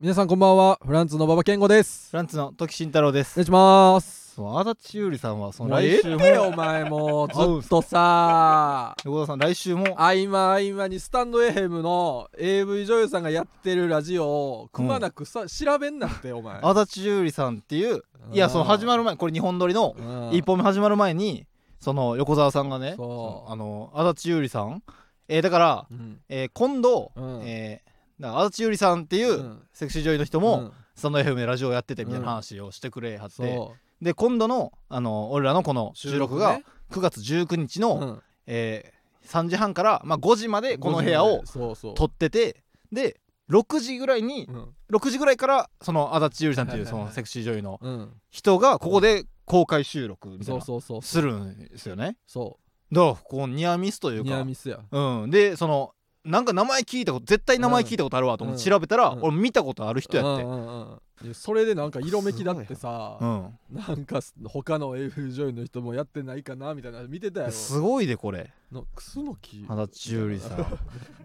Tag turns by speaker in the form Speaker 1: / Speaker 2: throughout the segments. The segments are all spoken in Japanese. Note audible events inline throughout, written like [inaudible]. Speaker 1: 皆さんこんばんはフランツの馬場健吾です
Speaker 2: フランツの時慎太郎で
Speaker 1: お
Speaker 2: す
Speaker 1: 願いします
Speaker 2: そう足立優里さんはそ
Speaker 1: も
Speaker 2: の
Speaker 1: うええ
Speaker 2: 来
Speaker 1: っ
Speaker 2: 週も
Speaker 1: てよお前もうずっと
Speaker 2: [laughs]
Speaker 1: さ
Speaker 2: 横田さん来週も
Speaker 1: 合間合間にスタンドエヘムの AV 女優さんがやってるラジオをくまなくさ、調べんなってお前
Speaker 2: 足立優里さんっていういやその始まる前これ日本撮りの
Speaker 1: うん
Speaker 2: 一本目始まる前にその横澤さんがね
Speaker 1: そう
Speaker 2: そのあの足立優里さんえーだから、
Speaker 1: うん
Speaker 2: えー今度、
Speaker 1: うん
Speaker 2: えーだから足立優里さんっていう、
Speaker 1: うん
Speaker 2: セクシー女優の人
Speaker 1: う
Speaker 2: も、
Speaker 1: ん
Speaker 2: その FM でラジオやっててみたいな話をしてくれはって、
Speaker 1: そう
Speaker 2: で今度のあの俺らのこの収録が
Speaker 1: ね
Speaker 2: 9月19日の、
Speaker 1: うん
Speaker 2: えー3時半から、まあ、5時までこの部屋を
Speaker 1: そうそう
Speaker 2: 撮っててで6時ぐらいに
Speaker 1: うん
Speaker 2: 6時ぐらいからその足立優里さんっていう
Speaker 1: はい
Speaker 2: そ
Speaker 1: はいはい
Speaker 2: のセクシー女優の
Speaker 1: うん
Speaker 2: 人がここで公開収録みたい
Speaker 1: そう
Speaker 2: な
Speaker 1: そうそう
Speaker 2: するんですよね
Speaker 1: そ
Speaker 2: だからこうニアミスというう
Speaker 1: ニア
Speaker 2: か
Speaker 1: ミスや
Speaker 2: うんでそのなんか名前聞いたこと絶対名前聞いたことあるわと思っ
Speaker 1: う
Speaker 2: て
Speaker 1: ん
Speaker 2: 調べたら
Speaker 1: うん
Speaker 2: 俺見たことある人やって
Speaker 1: うんうんうんいやそれでなんか色めきだってさ、
Speaker 2: うん
Speaker 1: なんかす他の AV 女優の人もやってないかなみたいなの見てたやろ
Speaker 2: すごいでこれ
Speaker 1: のクスノキ
Speaker 2: 足立優里さんい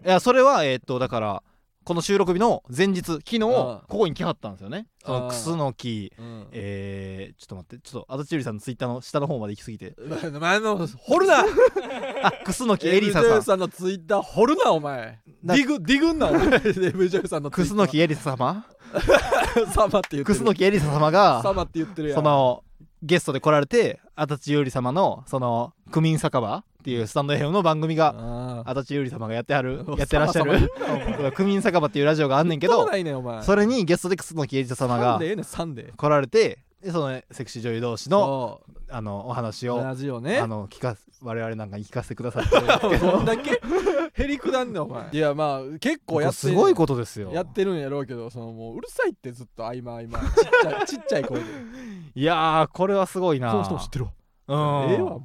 Speaker 2: やそれはえーっとだからこの収録日の前日昨日
Speaker 1: あ
Speaker 2: ここに来はったんですよねそ
Speaker 1: あ
Speaker 2: の
Speaker 1: あ
Speaker 2: 楠木
Speaker 1: うん
Speaker 2: えー、ちょっと待ってちょっと足立優里さんのツイッターの下の方まで行き
Speaker 1: [laughs]
Speaker 2: 過ぎて
Speaker 1: [laughs] ま前の掘るな
Speaker 2: あ楠木エリサ
Speaker 1: AV 女
Speaker 2: さ
Speaker 1: 優
Speaker 2: ん
Speaker 1: さんのツイッター掘るなお前デ
Speaker 2: な
Speaker 1: ィグディグ
Speaker 2: [laughs]
Speaker 1: んなお前 AV 女優さんのツイッター
Speaker 2: 楠木エリサ様
Speaker 1: 様って言ってる
Speaker 2: 楠木エリサ様が
Speaker 1: 様って言ってるやん
Speaker 2: そのゲストで来られて足立優里様のその「区民酒場」っていうスタンド FM の番組が
Speaker 1: あー
Speaker 2: 足立優里様がやってはる
Speaker 1: お
Speaker 2: やってらっしゃる「区民酒場」っていうラジオがあんねんけ
Speaker 1: そう
Speaker 2: ど
Speaker 1: ないねんお前
Speaker 2: それにゲストで楠木エリサ様
Speaker 1: サン
Speaker 2: が
Speaker 1: デーええねんサンデー
Speaker 2: 来られてでそのセクシー女優同士の
Speaker 1: そう
Speaker 2: あのお話を
Speaker 1: ラジオね
Speaker 2: あの聞かせ我々なんかに聞かせてくださってるんですけ
Speaker 1: [laughs] ど
Speaker 2: ど
Speaker 1: んだけへりくだんねんお前いやまあ結構やって
Speaker 2: すごいことですよ
Speaker 1: やってるんやろうけどそのもううるさいってずっと合間合間ちっちゃいちっちゃい声で
Speaker 2: いやーこれはすごいな
Speaker 1: この人も知ってるわ
Speaker 2: うん
Speaker 1: ええわも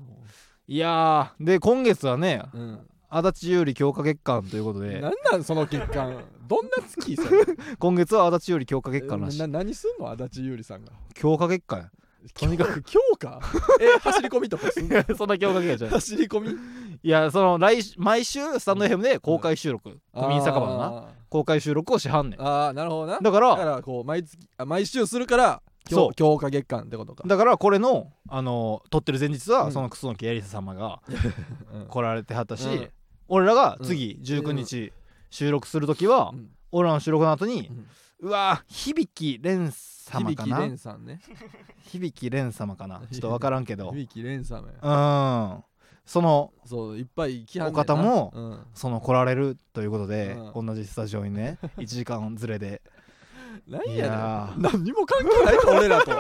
Speaker 2: いやーで今月はね
Speaker 1: う、うん、
Speaker 2: 足立優里強化月間ということ
Speaker 1: なん
Speaker 2: で
Speaker 1: なんその血管どんな月それ
Speaker 2: 今月は足立優里強化月間らし
Speaker 1: ない何すんの足立優里さんが
Speaker 2: 強化月
Speaker 1: [laughs]
Speaker 2: 間とにかく
Speaker 1: 強化え走り込みとかすん
Speaker 2: [laughs]
Speaker 1: の
Speaker 2: そんな強化月間じゃない
Speaker 1: 走り込み
Speaker 2: いやその来週毎週スタンド FM で公開収録、
Speaker 1: あー
Speaker 2: 区民酒場のな公開収録をしはんねん
Speaker 1: あーなるほどなだか
Speaker 2: だから
Speaker 1: らこう毎月あ毎週するから
Speaker 2: そ
Speaker 1: 強
Speaker 2: う
Speaker 1: 強化月間ってことか
Speaker 2: だからこれの、あの撮ってる前日は、
Speaker 1: うん
Speaker 2: その楠木エリサ様が
Speaker 1: うん
Speaker 2: 来られてはったし、
Speaker 1: うん
Speaker 2: 俺らが次19日収録する時は、
Speaker 1: うん
Speaker 2: 俺らの収録の後に
Speaker 1: う、ん
Speaker 2: うわー響蓮様か
Speaker 1: 響
Speaker 2: な
Speaker 1: 蓮さんね
Speaker 2: 響蓮様
Speaker 1: [laughs]
Speaker 2: かなちょっと分からんけど
Speaker 1: 響蓮様や
Speaker 2: うんその
Speaker 1: そういっぱい来はんねん
Speaker 2: お方
Speaker 1: な
Speaker 2: も
Speaker 1: うん
Speaker 2: その来られるということで、
Speaker 1: う
Speaker 2: 同じスタジオ
Speaker 1: [laughs]
Speaker 2: にね1時間ずれで
Speaker 1: 何
Speaker 2: い
Speaker 1: や
Speaker 2: や
Speaker 1: ねん何にも関係ないと俺らと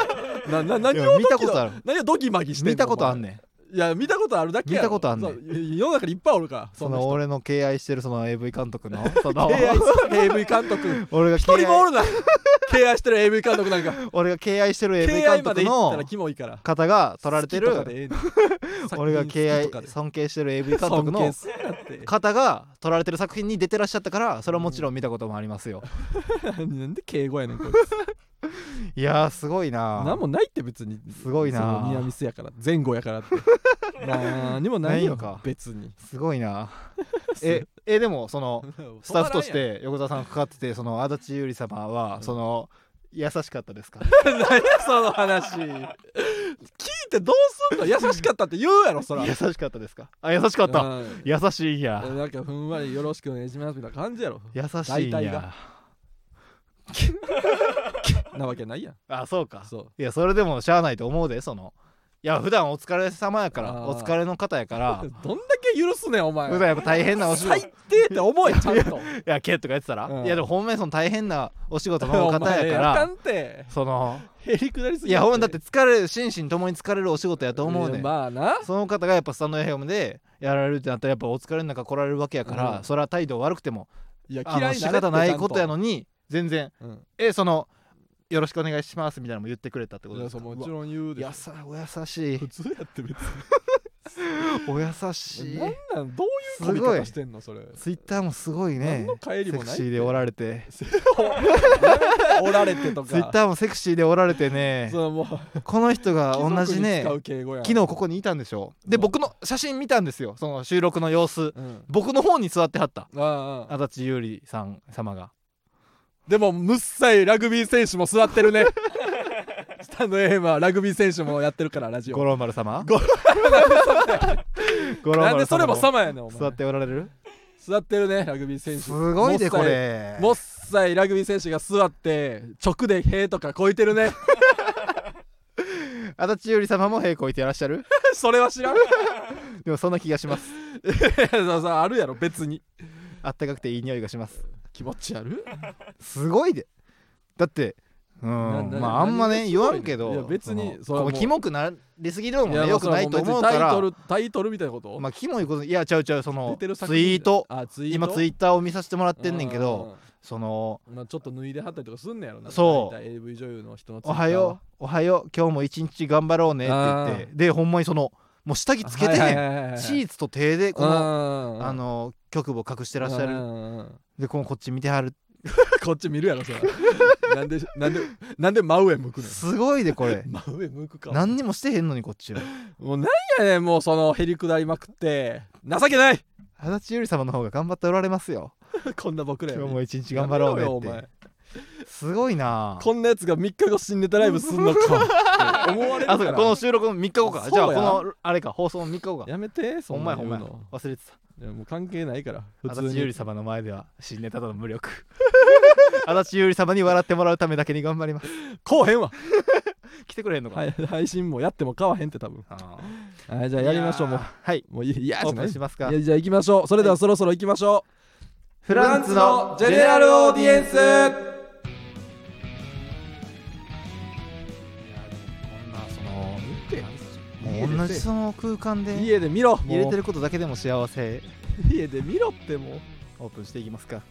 Speaker 1: なな何
Speaker 2: い
Speaker 1: を
Speaker 2: や見た
Speaker 1: ドキ
Speaker 2: こ
Speaker 1: ド
Speaker 2: とある
Speaker 1: 何をドギマギしてんの
Speaker 2: 見たことあん
Speaker 1: ん
Speaker 2: ねん
Speaker 1: いや見たことあるだけやろ
Speaker 2: 見たことあんねん
Speaker 1: そう世の中にいっぱいおるから
Speaker 2: そ
Speaker 1: そんな
Speaker 2: の
Speaker 1: 人
Speaker 2: 俺の敬愛してるその AV 監督
Speaker 1: [laughs]
Speaker 2: のその
Speaker 1: AI 好 [laughs] き AV 監
Speaker 2: [laughs]
Speaker 1: 督
Speaker 2: 俺が
Speaker 1: 一
Speaker 2: 敬
Speaker 1: 人もおる
Speaker 2: 愛
Speaker 1: な敬愛してる AV 監督なん
Speaker 2: [laughs]
Speaker 1: か
Speaker 2: 俺が敬愛してる AV
Speaker 1: 敬愛
Speaker 2: 監
Speaker 1: まで
Speaker 2: 督
Speaker 1: 行ったら
Speaker 2: の
Speaker 1: キモいから
Speaker 2: 方が撮られて
Speaker 1: 好きとか
Speaker 2: る
Speaker 1: でええねん
Speaker 2: [laughs] 俺が敬
Speaker 1: 好
Speaker 2: 愛
Speaker 1: きとかで
Speaker 2: 尊敬してる AV 監督
Speaker 1: 尊敬
Speaker 2: の
Speaker 1: すんなって
Speaker 2: 方が撮られてる作品に出てらっしゃったからそれはもちろん見たこともありますよ
Speaker 1: [laughs] なんで敬語やねんこい
Speaker 2: [laughs]
Speaker 1: つ
Speaker 2: いやーすごい
Speaker 1: 何
Speaker 2: な
Speaker 1: もないって別に
Speaker 2: すごいな
Speaker 1: そのニアミスやから前後やからって
Speaker 2: [laughs]
Speaker 1: 何にもない
Speaker 2: ない
Speaker 1: よ
Speaker 2: んか
Speaker 1: 別に
Speaker 2: すごいな
Speaker 1: [laughs]
Speaker 2: ええでもそのスタッフとして横澤さんかかっててその足立優里様はその優しかったで
Speaker 1: [laughs]
Speaker 2: すか
Speaker 1: 何や [laughs] その話聞いてどうすんの優しかったって言うやろそら
Speaker 2: 優しかったですかあ優しかった
Speaker 1: うん
Speaker 2: 優しいんや
Speaker 1: なんかふんわりよろしくお願いしますみたいな感じやろ
Speaker 2: 優しいん
Speaker 1: 大体
Speaker 2: や
Speaker 1: がなわけないやん
Speaker 2: あそうか
Speaker 1: そ
Speaker 2: いやそれでもしゃあないと思うでそのいや普段お疲れ様やから
Speaker 1: あー
Speaker 2: お疲れの方やか
Speaker 1: う [laughs]
Speaker 2: ら
Speaker 1: どんだけ許すねんお前
Speaker 2: 普段やっぱ大変なお仕事
Speaker 1: 最
Speaker 2: い
Speaker 1: 低って思えちゃんと
Speaker 2: やけとか言ってたら、
Speaker 1: うん
Speaker 2: いやでもほんまにその大変なお仕事の方やか
Speaker 1: お前あからんて
Speaker 2: その
Speaker 1: へりくだりすぎ
Speaker 2: いやほんまだって疲れる心身ともに疲れるお仕事やと思う
Speaker 1: い
Speaker 2: ね
Speaker 1: や
Speaker 2: ん
Speaker 1: まあな
Speaker 2: その方がやっぱスタンド FM でやられるってなったらやっぱお疲れの中来られるわけやから、
Speaker 1: うん
Speaker 2: それは態度悪くても
Speaker 1: いや
Speaker 2: あ
Speaker 1: 嫌
Speaker 2: の
Speaker 1: い
Speaker 2: 仕方ないことや
Speaker 1: の
Speaker 2: のに全然
Speaker 1: うん
Speaker 2: えそのよろしくお願いしますみたいなのも言ってくれたってこ
Speaker 1: い
Speaker 2: と
Speaker 1: や
Speaker 2: です
Speaker 1: そ
Speaker 2: か
Speaker 1: うもちろん言う
Speaker 2: う
Speaker 1: で
Speaker 2: わやさお優し
Speaker 1: 普
Speaker 2: い
Speaker 1: 通やって別
Speaker 2: お優し
Speaker 1: に
Speaker 2: い
Speaker 1: なんなんどういう込み
Speaker 2: すご
Speaker 1: 方
Speaker 2: い
Speaker 1: してんのそれ
Speaker 2: ツイッターもすごい
Speaker 1: 何
Speaker 2: ね
Speaker 1: の帰
Speaker 2: セ
Speaker 1: りも
Speaker 2: ク
Speaker 1: ない
Speaker 2: シーでおられて
Speaker 1: おられてとか
Speaker 2: ツイッターもセクシーでおられてね
Speaker 1: そのもう
Speaker 2: この人が同じ
Speaker 1: 貴
Speaker 2: ね
Speaker 1: 族に使う敬語やん
Speaker 2: 昨日ここにいたんでしょで
Speaker 1: うん
Speaker 2: 僕の写真見たんですよその収録の様子
Speaker 1: うん
Speaker 2: 僕の方に座ってはった
Speaker 1: ああああ
Speaker 2: 足立優里さん様が
Speaker 1: でもむっさいラグビー選手も座ってるね [laughs] スタンド FM はラグビー選手もやってるからラジオ
Speaker 2: 五郎丸様
Speaker 1: 五
Speaker 2: 五郎丸様
Speaker 1: なんでそれも様やねんお前
Speaker 2: 座っておられる
Speaker 1: 座ってるねラグビー選手
Speaker 2: すごいね
Speaker 1: もっさ
Speaker 2: これ
Speaker 1: もっさいラグビー選手が座って直で「へ」とか超えてる
Speaker 2: [laughs]
Speaker 1: ね
Speaker 2: 足立ゆり様も平行いていらっしゃる [laughs]
Speaker 1: それは知らんいや
Speaker 2: でもそんな気がします
Speaker 1: そうそうあるやろ別に
Speaker 2: あったかくていい匂いがします
Speaker 1: 気持ちある
Speaker 2: すごいでだってうん
Speaker 1: なな
Speaker 2: まああんまね
Speaker 1: 何
Speaker 2: 言
Speaker 1: がす
Speaker 2: わ
Speaker 1: ごいの
Speaker 2: んけど
Speaker 1: いや別に
Speaker 2: そ
Speaker 1: それは
Speaker 2: の
Speaker 1: もう
Speaker 2: こうキモくなりすぎるの
Speaker 1: い
Speaker 2: も
Speaker 1: や
Speaker 2: ねよくないと思うか
Speaker 1: それはも
Speaker 2: ら
Speaker 1: 別にタイトルタイトルみたいなこと、
Speaker 2: まあキモいこといやちゃうちゃうそ
Speaker 1: 出
Speaker 2: のツ
Speaker 1: て
Speaker 2: イ
Speaker 1: る作品
Speaker 2: ート
Speaker 1: あツイート
Speaker 2: 今ツイッターを見させてもらってんねんけどその
Speaker 1: うんまあ、ちょっと脱いではったりとかすんねやろな
Speaker 2: そう
Speaker 1: 大体 AV 女優の人の
Speaker 2: おはようおはよう今日も一日頑張ろうねって言ってでほんまにそのもう下着つけて
Speaker 1: ね
Speaker 2: ねシーツと手でこの
Speaker 1: の
Speaker 2: あの局部を隠してらっしゃる
Speaker 1: る
Speaker 2: でこのこっち見てはる
Speaker 1: こっち見るや
Speaker 2: [laughs]
Speaker 1: ろそれなんでなんでなんで真上向くの
Speaker 2: すごいで
Speaker 1: [laughs]
Speaker 2: これ
Speaker 1: 真上向くか
Speaker 2: 何にもしてへんのにこっちは
Speaker 1: もうなんやねんもうそのへりくだりまくって情けない [laughs]
Speaker 2: 足立ゆり様の方が頑張っておられますよ
Speaker 1: こんな僕らや
Speaker 2: 今
Speaker 1: ね
Speaker 2: 日も一日頑張ろ
Speaker 1: やめよ
Speaker 2: う
Speaker 1: お
Speaker 2: ねっ
Speaker 1: 前
Speaker 2: てすごいなあ
Speaker 1: こんなやつが3日後死んでたライブすんの
Speaker 2: [laughs]
Speaker 1: かって思われるから
Speaker 2: あそうかこの収録の3日後か
Speaker 1: そう
Speaker 2: じゃ
Speaker 1: や
Speaker 2: あこのあれか放送の3日後か
Speaker 1: やめてそ
Speaker 2: ほん
Speaker 1: ん
Speaker 2: ま
Speaker 1: な
Speaker 2: や
Speaker 1: ん
Speaker 2: ほ
Speaker 1: 言
Speaker 2: ん
Speaker 1: う
Speaker 2: まや
Speaker 1: の
Speaker 2: 忘れてた
Speaker 1: いやもう関係ないから普
Speaker 2: 足
Speaker 1: 通
Speaker 2: 立ゆり
Speaker 1: に
Speaker 2: 様の前では新ネタとの無力 [laughs] 足立ゆり様に笑ってもらうためだけに頑張ります
Speaker 1: こうへん
Speaker 2: [laughs]
Speaker 1: わ
Speaker 2: 来てくれへんのか、
Speaker 1: はい配信もやっても買わへんって多分
Speaker 2: あー
Speaker 1: はいじゃあやりましょうもう
Speaker 2: はい
Speaker 1: もういいいやじゃ
Speaker 2: オープ
Speaker 1: ない
Speaker 2: ンしますか
Speaker 1: いやじゃあ行きましょうそれではそろそろ行きましょう
Speaker 2: フ
Speaker 1: もう
Speaker 2: 同
Speaker 1: 同
Speaker 2: じ
Speaker 1: じ
Speaker 2: その空間で
Speaker 1: 家で見ろ
Speaker 2: 入れて
Speaker 1: る
Speaker 2: ることだけでも幸せ
Speaker 1: 家で見ろってもう
Speaker 2: オープンしていきますか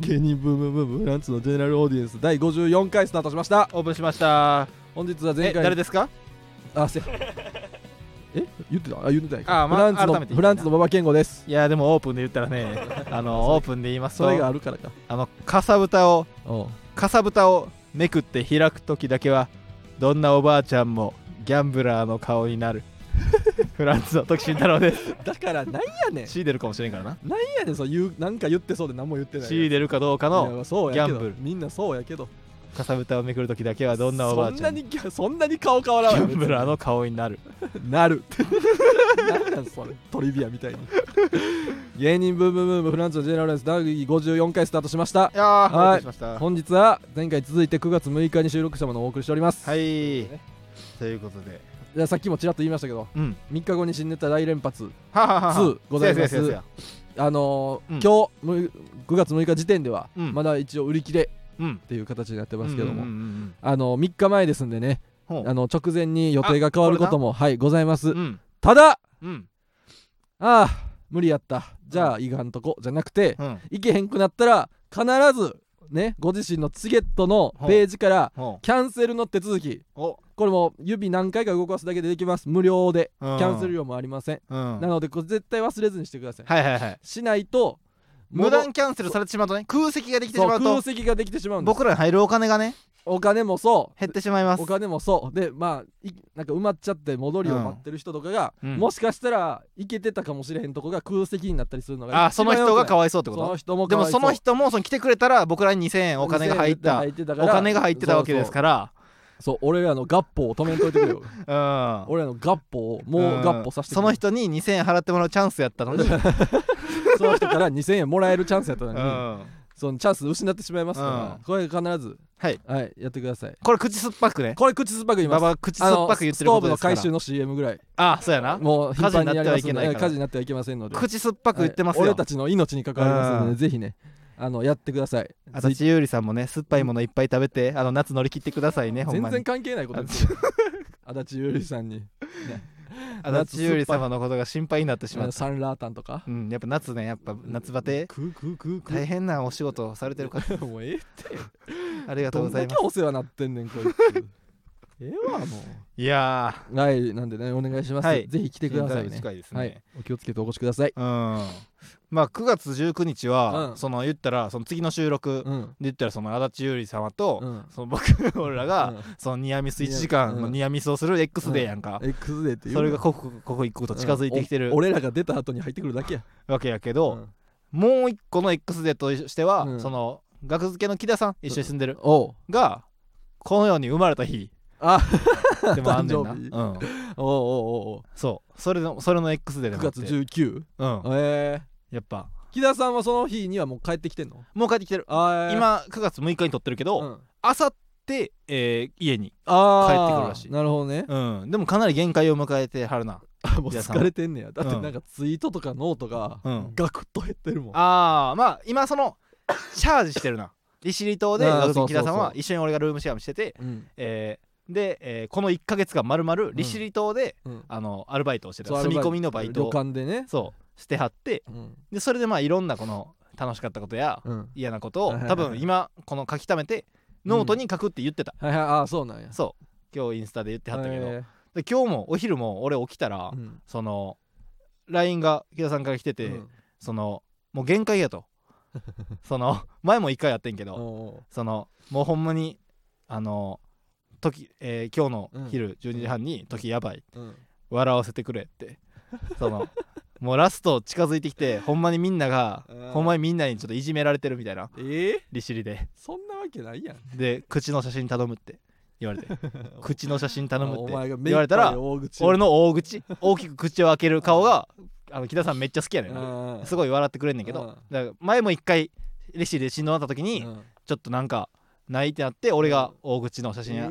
Speaker 1: 芸人ブームブームフランツのジェネラルオーディエンス第54回スタートしました
Speaker 2: オープンしました
Speaker 1: 本日は前
Speaker 2: え
Speaker 1: 回
Speaker 2: 誰ですか
Speaker 1: あせえ言ってたあ言ってたやん
Speaker 2: あま
Speaker 1: フランツ
Speaker 2: 改め
Speaker 1: の
Speaker 2: て言ってたな
Speaker 1: フランツの馬場健吾です
Speaker 2: いやでもオープンで言ったらね [laughs] あのオープンで言います
Speaker 1: それが
Speaker 2: と
Speaker 1: あるからか
Speaker 2: あのかさぶたを
Speaker 1: おう
Speaker 2: かさぶたをめくって開く時だけはどんなおばあちゃんもギャンブラーの顔にな [laughs] るフランスの徳慎太郎 [laughs] です
Speaker 1: だからなんやねん
Speaker 2: C 出るかもしれんからな
Speaker 1: なんやねんそう言うなんか言ってそうで何も言ってない
Speaker 2: C 出るかどうか
Speaker 1: い
Speaker 2: の
Speaker 1: やそうやけど
Speaker 2: ギャンブル
Speaker 1: みんなそうやけど
Speaker 2: かさぶたをめくる時だけはどんなおばあちゃん
Speaker 1: そんな
Speaker 2: も
Speaker 1: にギャそんなに顔変わらん
Speaker 2: ギ
Speaker 1: わ
Speaker 2: ャンブラーの顔になる
Speaker 1: なるなんなんそれトリビアみたいに芸人ブームブームフランスのジェネラルレンス第54回スタートしました
Speaker 2: いやー
Speaker 1: はい
Speaker 2: オープンしました
Speaker 1: 本日は前回続いて9月6日に収録したものをお送りしております、
Speaker 2: はいということで
Speaker 1: じゃあさっきもちらっと言いましたけど
Speaker 2: うん
Speaker 1: 3日後に新ネタ大連発
Speaker 2: はははは
Speaker 1: 2ございま
Speaker 2: せやせやせやせ
Speaker 1: す
Speaker 2: や
Speaker 1: あのー
Speaker 2: うん
Speaker 1: 今日む9月6日時点では
Speaker 2: うん
Speaker 1: まだ一応売り切れ
Speaker 2: うん
Speaker 1: っていう形になってますけども、
Speaker 2: うんうんうんうん
Speaker 1: あの3日前ですんでね
Speaker 2: ほう
Speaker 1: あの直前に予定が変わることもはいございます、
Speaker 2: うん
Speaker 1: ただ
Speaker 2: うん
Speaker 1: ああ無理やったじゃあいかんとこじゃなくて
Speaker 2: うん
Speaker 1: 行けへんくなったら必ずねご自身のチケットのページから
Speaker 2: ほ
Speaker 1: キャンセルの手続き
Speaker 2: うお
Speaker 1: これも指何回か動かすだけでできます無料でキ
Speaker 2: キ
Speaker 1: ャンセル料もありません
Speaker 2: うん
Speaker 1: なのでこれ絶対忘れずにしてください
Speaker 2: はいはいはい
Speaker 1: しないと
Speaker 2: 無
Speaker 1: 戻
Speaker 2: 断キャンセルされてしまうとね空席ができてしま
Speaker 1: そ
Speaker 2: う
Speaker 1: う
Speaker 2: と
Speaker 1: 空席ができてしまうんです
Speaker 2: 僕らに入るお金がね
Speaker 1: お金もそ
Speaker 2: 減ってしまいま
Speaker 1: う
Speaker 2: す
Speaker 1: お金もそうでまあいなんか埋まっちゃって戻りを待ってる人とかが、
Speaker 2: うんうん
Speaker 1: もしかしたら行けてたかもしれへんとこが空席になったりするのが
Speaker 2: あその人がかわいそうって
Speaker 1: そ
Speaker 2: こ
Speaker 1: の
Speaker 2: と
Speaker 1: 人も
Speaker 2: で
Speaker 1: かわ
Speaker 2: も
Speaker 1: い
Speaker 2: その人もその来てくれたら僕らに2000円お金が入ったお金が入ってたわけです
Speaker 1: ら
Speaker 2: から
Speaker 1: そうそうそう俺らの合法を止めんといてくれよ
Speaker 2: うん
Speaker 1: 俺らの合法をもう合法させて
Speaker 2: そ
Speaker 1: くれ
Speaker 2: の人に2000円払ってもらうチャンスやったのに
Speaker 1: その人から2000円もらえるチャンスやったの
Speaker 2: う
Speaker 1: に、
Speaker 2: ん
Speaker 1: そのチャンス失ってしまいますから、
Speaker 2: うん
Speaker 1: これ必ず
Speaker 2: はい
Speaker 1: はいやってください
Speaker 2: これ口酸っぱくね
Speaker 1: これ口酸っぱく言いま
Speaker 2: バ
Speaker 1: す
Speaker 2: バ口酸っぱく言ってることですか
Speaker 1: あのストーブの回収
Speaker 2: ら
Speaker 1: の CM ぐらい
Speaker 2: あそうやな
Speaker 1: もう頻繁にやりますので
Speaker 2: 火
Speaker 1: 火
Speaker 2: 事
Speaker 1: 事になってはいけませんので
Speaker 2: 口酸っぱく言ってます
Speaker 1: はい
Speaker 2: よ
Speaker 1: 俺たちの命に関わりますのでぜひねあのやってください
Speaker 2: 足立優里さんもね酸っぱいものいっぱい食べてあの夏乗り切ってくださいねほん
Speaker 1: 全
Speaker 2: ま
Speaker 1: 然
Speaker 2: に
Speaker 1: 関係ないことですよ足立ゆりさんに
Speaker 2: 足立優里様のことが心配になってしまった
Speaker 1: サンラータンとか
Speaker 2: うんやっぱ夏ねやっぱ夏バテ
Speaker 1: クークークークー
Speaker 2: 大変なお仕事をされてる方
Speaker 1: もうええ
Speaker 2: ありがとう
Speaker 1: ど
Speaker 2: ご
Speaker 1: ん
Speaker 2: ざい
Speaker 1: だ
Speaker 2: ま
Speaker 1: け
Speaker 2: す
Speaker 1: お世話なってんねんこいつ [laughs] ええわも
Speaker 2: いや
Speaker 1: うはいなんでねお願いします、
Speaker 2: はい
Speaker 1: ぜひ来て
Speaker 2: ー
Speaker 1: くださいね
Speaker 2: 近いですね、
Speaker 1: はいお気をつけてお越しください
Speaker 2: うんまあ9月19日は、
Speaker 1: うん
Speaker 2: その言ったらその次の収録で
Speaker 1: うん
Speaker 2: 言ったらその足立優里様と、
Speaker 1: うん
Speaker 2: その僕俺らが、そのニアミス1時間の
Speaker 1: うん
Speaker 2: ニアミスをする X デーやんか、
Speaker 1: えクズでっていう
Speaker 2: それが刻々ここ一個と近づいてきて
Speaker 1: う
Speaker 2: る
Speaker 1: んお俺らが出た後に入ってくるだけや
Speaker 2: わけやけ
Speaker 1: う
Speaker 2: ど、
Speaker 1: ん
Speaker 2: もう一個の X デーとしては、
Speaker 1: うん
Speaker 2: その学付けの木田さん一緒に住んでる
Speaker 1: おう
Speaker 2: がこの世に生まれた日
Speaker 1: あ
Speaker 2: でもあんねんな、う
Speaker 1: [laughs] 誕
Speaker 2: ん、
Speaker 1: [laughs] おうおうおうおう
Speaker 2: そうそれのそれの X でで
Speaker 1: 9
Speaker 2: もあって
Speaker 1: 月 19?
Speaker 2: うん
Speaker 1: ええ
Speaker 2: やっぱ
Speaker 1: 木田さんはその日にはもう帰ってきてんの
Speaker 2: もう帰ってきてる
Speaker 1: あー
Speaker 2: 今9月6日に撮ってるけど、
Speaker 1: うん
Speaker 2: あさって、えー家に、
Speaker 1: あー
Speaker 2: 帰ってくるらしい
Speaker 1: なるほどね
Speaker 2: うん、でもかなり限界を迎えてはるな
Speaker 1: あ [laughs] もう
Speaker 2: 木田さん
Speaker 1: 疲れてんねやだってなんかツイートとかノートが
Speaker 2: うん
Speaker 1: ガクッと減ってるもん、
Speaker 2: あーまあ今そのチャージしてるな利尻島で
Speaker 1: あー
Speaker 2: 学
Speaker 1: そうそうそう
Speaker 2: 木田さんは一緒に俺がルームシェアもしてて、
Speaker 1: うん
Speaker 2: えーで、えーこの1か月間まるまる利尻島で、
Speaker 1: うん、
Speaker 2: あのアルバイトをして
Speaker 1: そう
Speaker 2: た住み込みのバイト
Speaker 1: 旅
Speaker 2: を
Speaker 1: 館でね
Speaker 2: そうしてはって
Speaker 1: うん、
Speaker 2: でそれでまあいろんなこの楽しかったことや
Speaker 1: うん、
Speaker 2: 嫌なこと
Speaker 1: は
Speaker 2: を
Speaker 1: いはいは
Speaker 2: 多
Speaker 1: い
Speaker 2: 分今この書き溜めてノートに書くって言ってた、
Speaker 1: はいはいああそうなんや
Speaker 2: そう今日インスタで言ってはったけど、
Speaker 1: え
Speaker 2: で今日もお昼も俺起きたら、
Speaker 1: ーうん
Speaker 2: その LINE が木田さんから来てて、
Speaker 1: うん
Speaker 2: そのもう限界
Speaker 1: [laughs]
Speaker 2: やとその前も一回やってんけど、
Speaker 1: おう
Speaker 2: そのもうほんまにあの時、えー今日の昼12時半に「時やばい
Speaker 1: うん
Speaker 2: 笑わせてくれ」ってそのもうラスト近づいてきてほんまにみんなが
Speaker 1: うん
Speaker 2: ほんまにみんなにちょっといじめられてるみたいな
Speaker 1: えー、
Speaker 2: 利尻で
Speaker 1: そんなわけないやん
Speaker 2: で口の写真頼むって言
Speaker 1: [laughs]
Speaker 2: われて口の写真 [laughs] 頼む
Speaker 1: お
Speaker 2: って
Speaker 1: 前が目
Speaker 2: 言われたら
Speaker 1: いっぱい大口
Speaker 2: 俺の大口大きく口を開ける顔があの木田さんめっちゃ好きやねんな
Speaker 1: の
Speaker 2: [laughs] すごい笑ってくれんねんけど
Speaker 1: うん
Speaker 2: だから前も一回レシーでしんどなった時にちょっとなんか泣いてなって俺が大口の写真や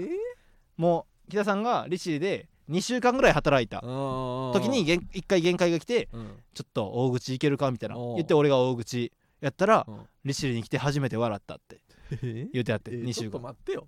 Speaker 2: もう木田さんがレシーで2週間ぐらい働いた時
Speaker 1: 時
Speaker 2: に、限一回限界が来て
Speaker 1: うん
Speaker 2: ちょっと大口いけるかみたいな
Speaker 1: おう
Speaker 2: 言って俺が大口やったら
Speaker 1: うん
Speaker 2: レシーに来て初めて笑ったって
Speaker 1: えー
Speaker 2: 言ってやって
Speaker 1: えー
Speaker 2: 2
Speaker 1: ちょ
Speaker 2: 週
Speaker 1: っと
Speaker 2: 間
Speaker 1: 待ってよ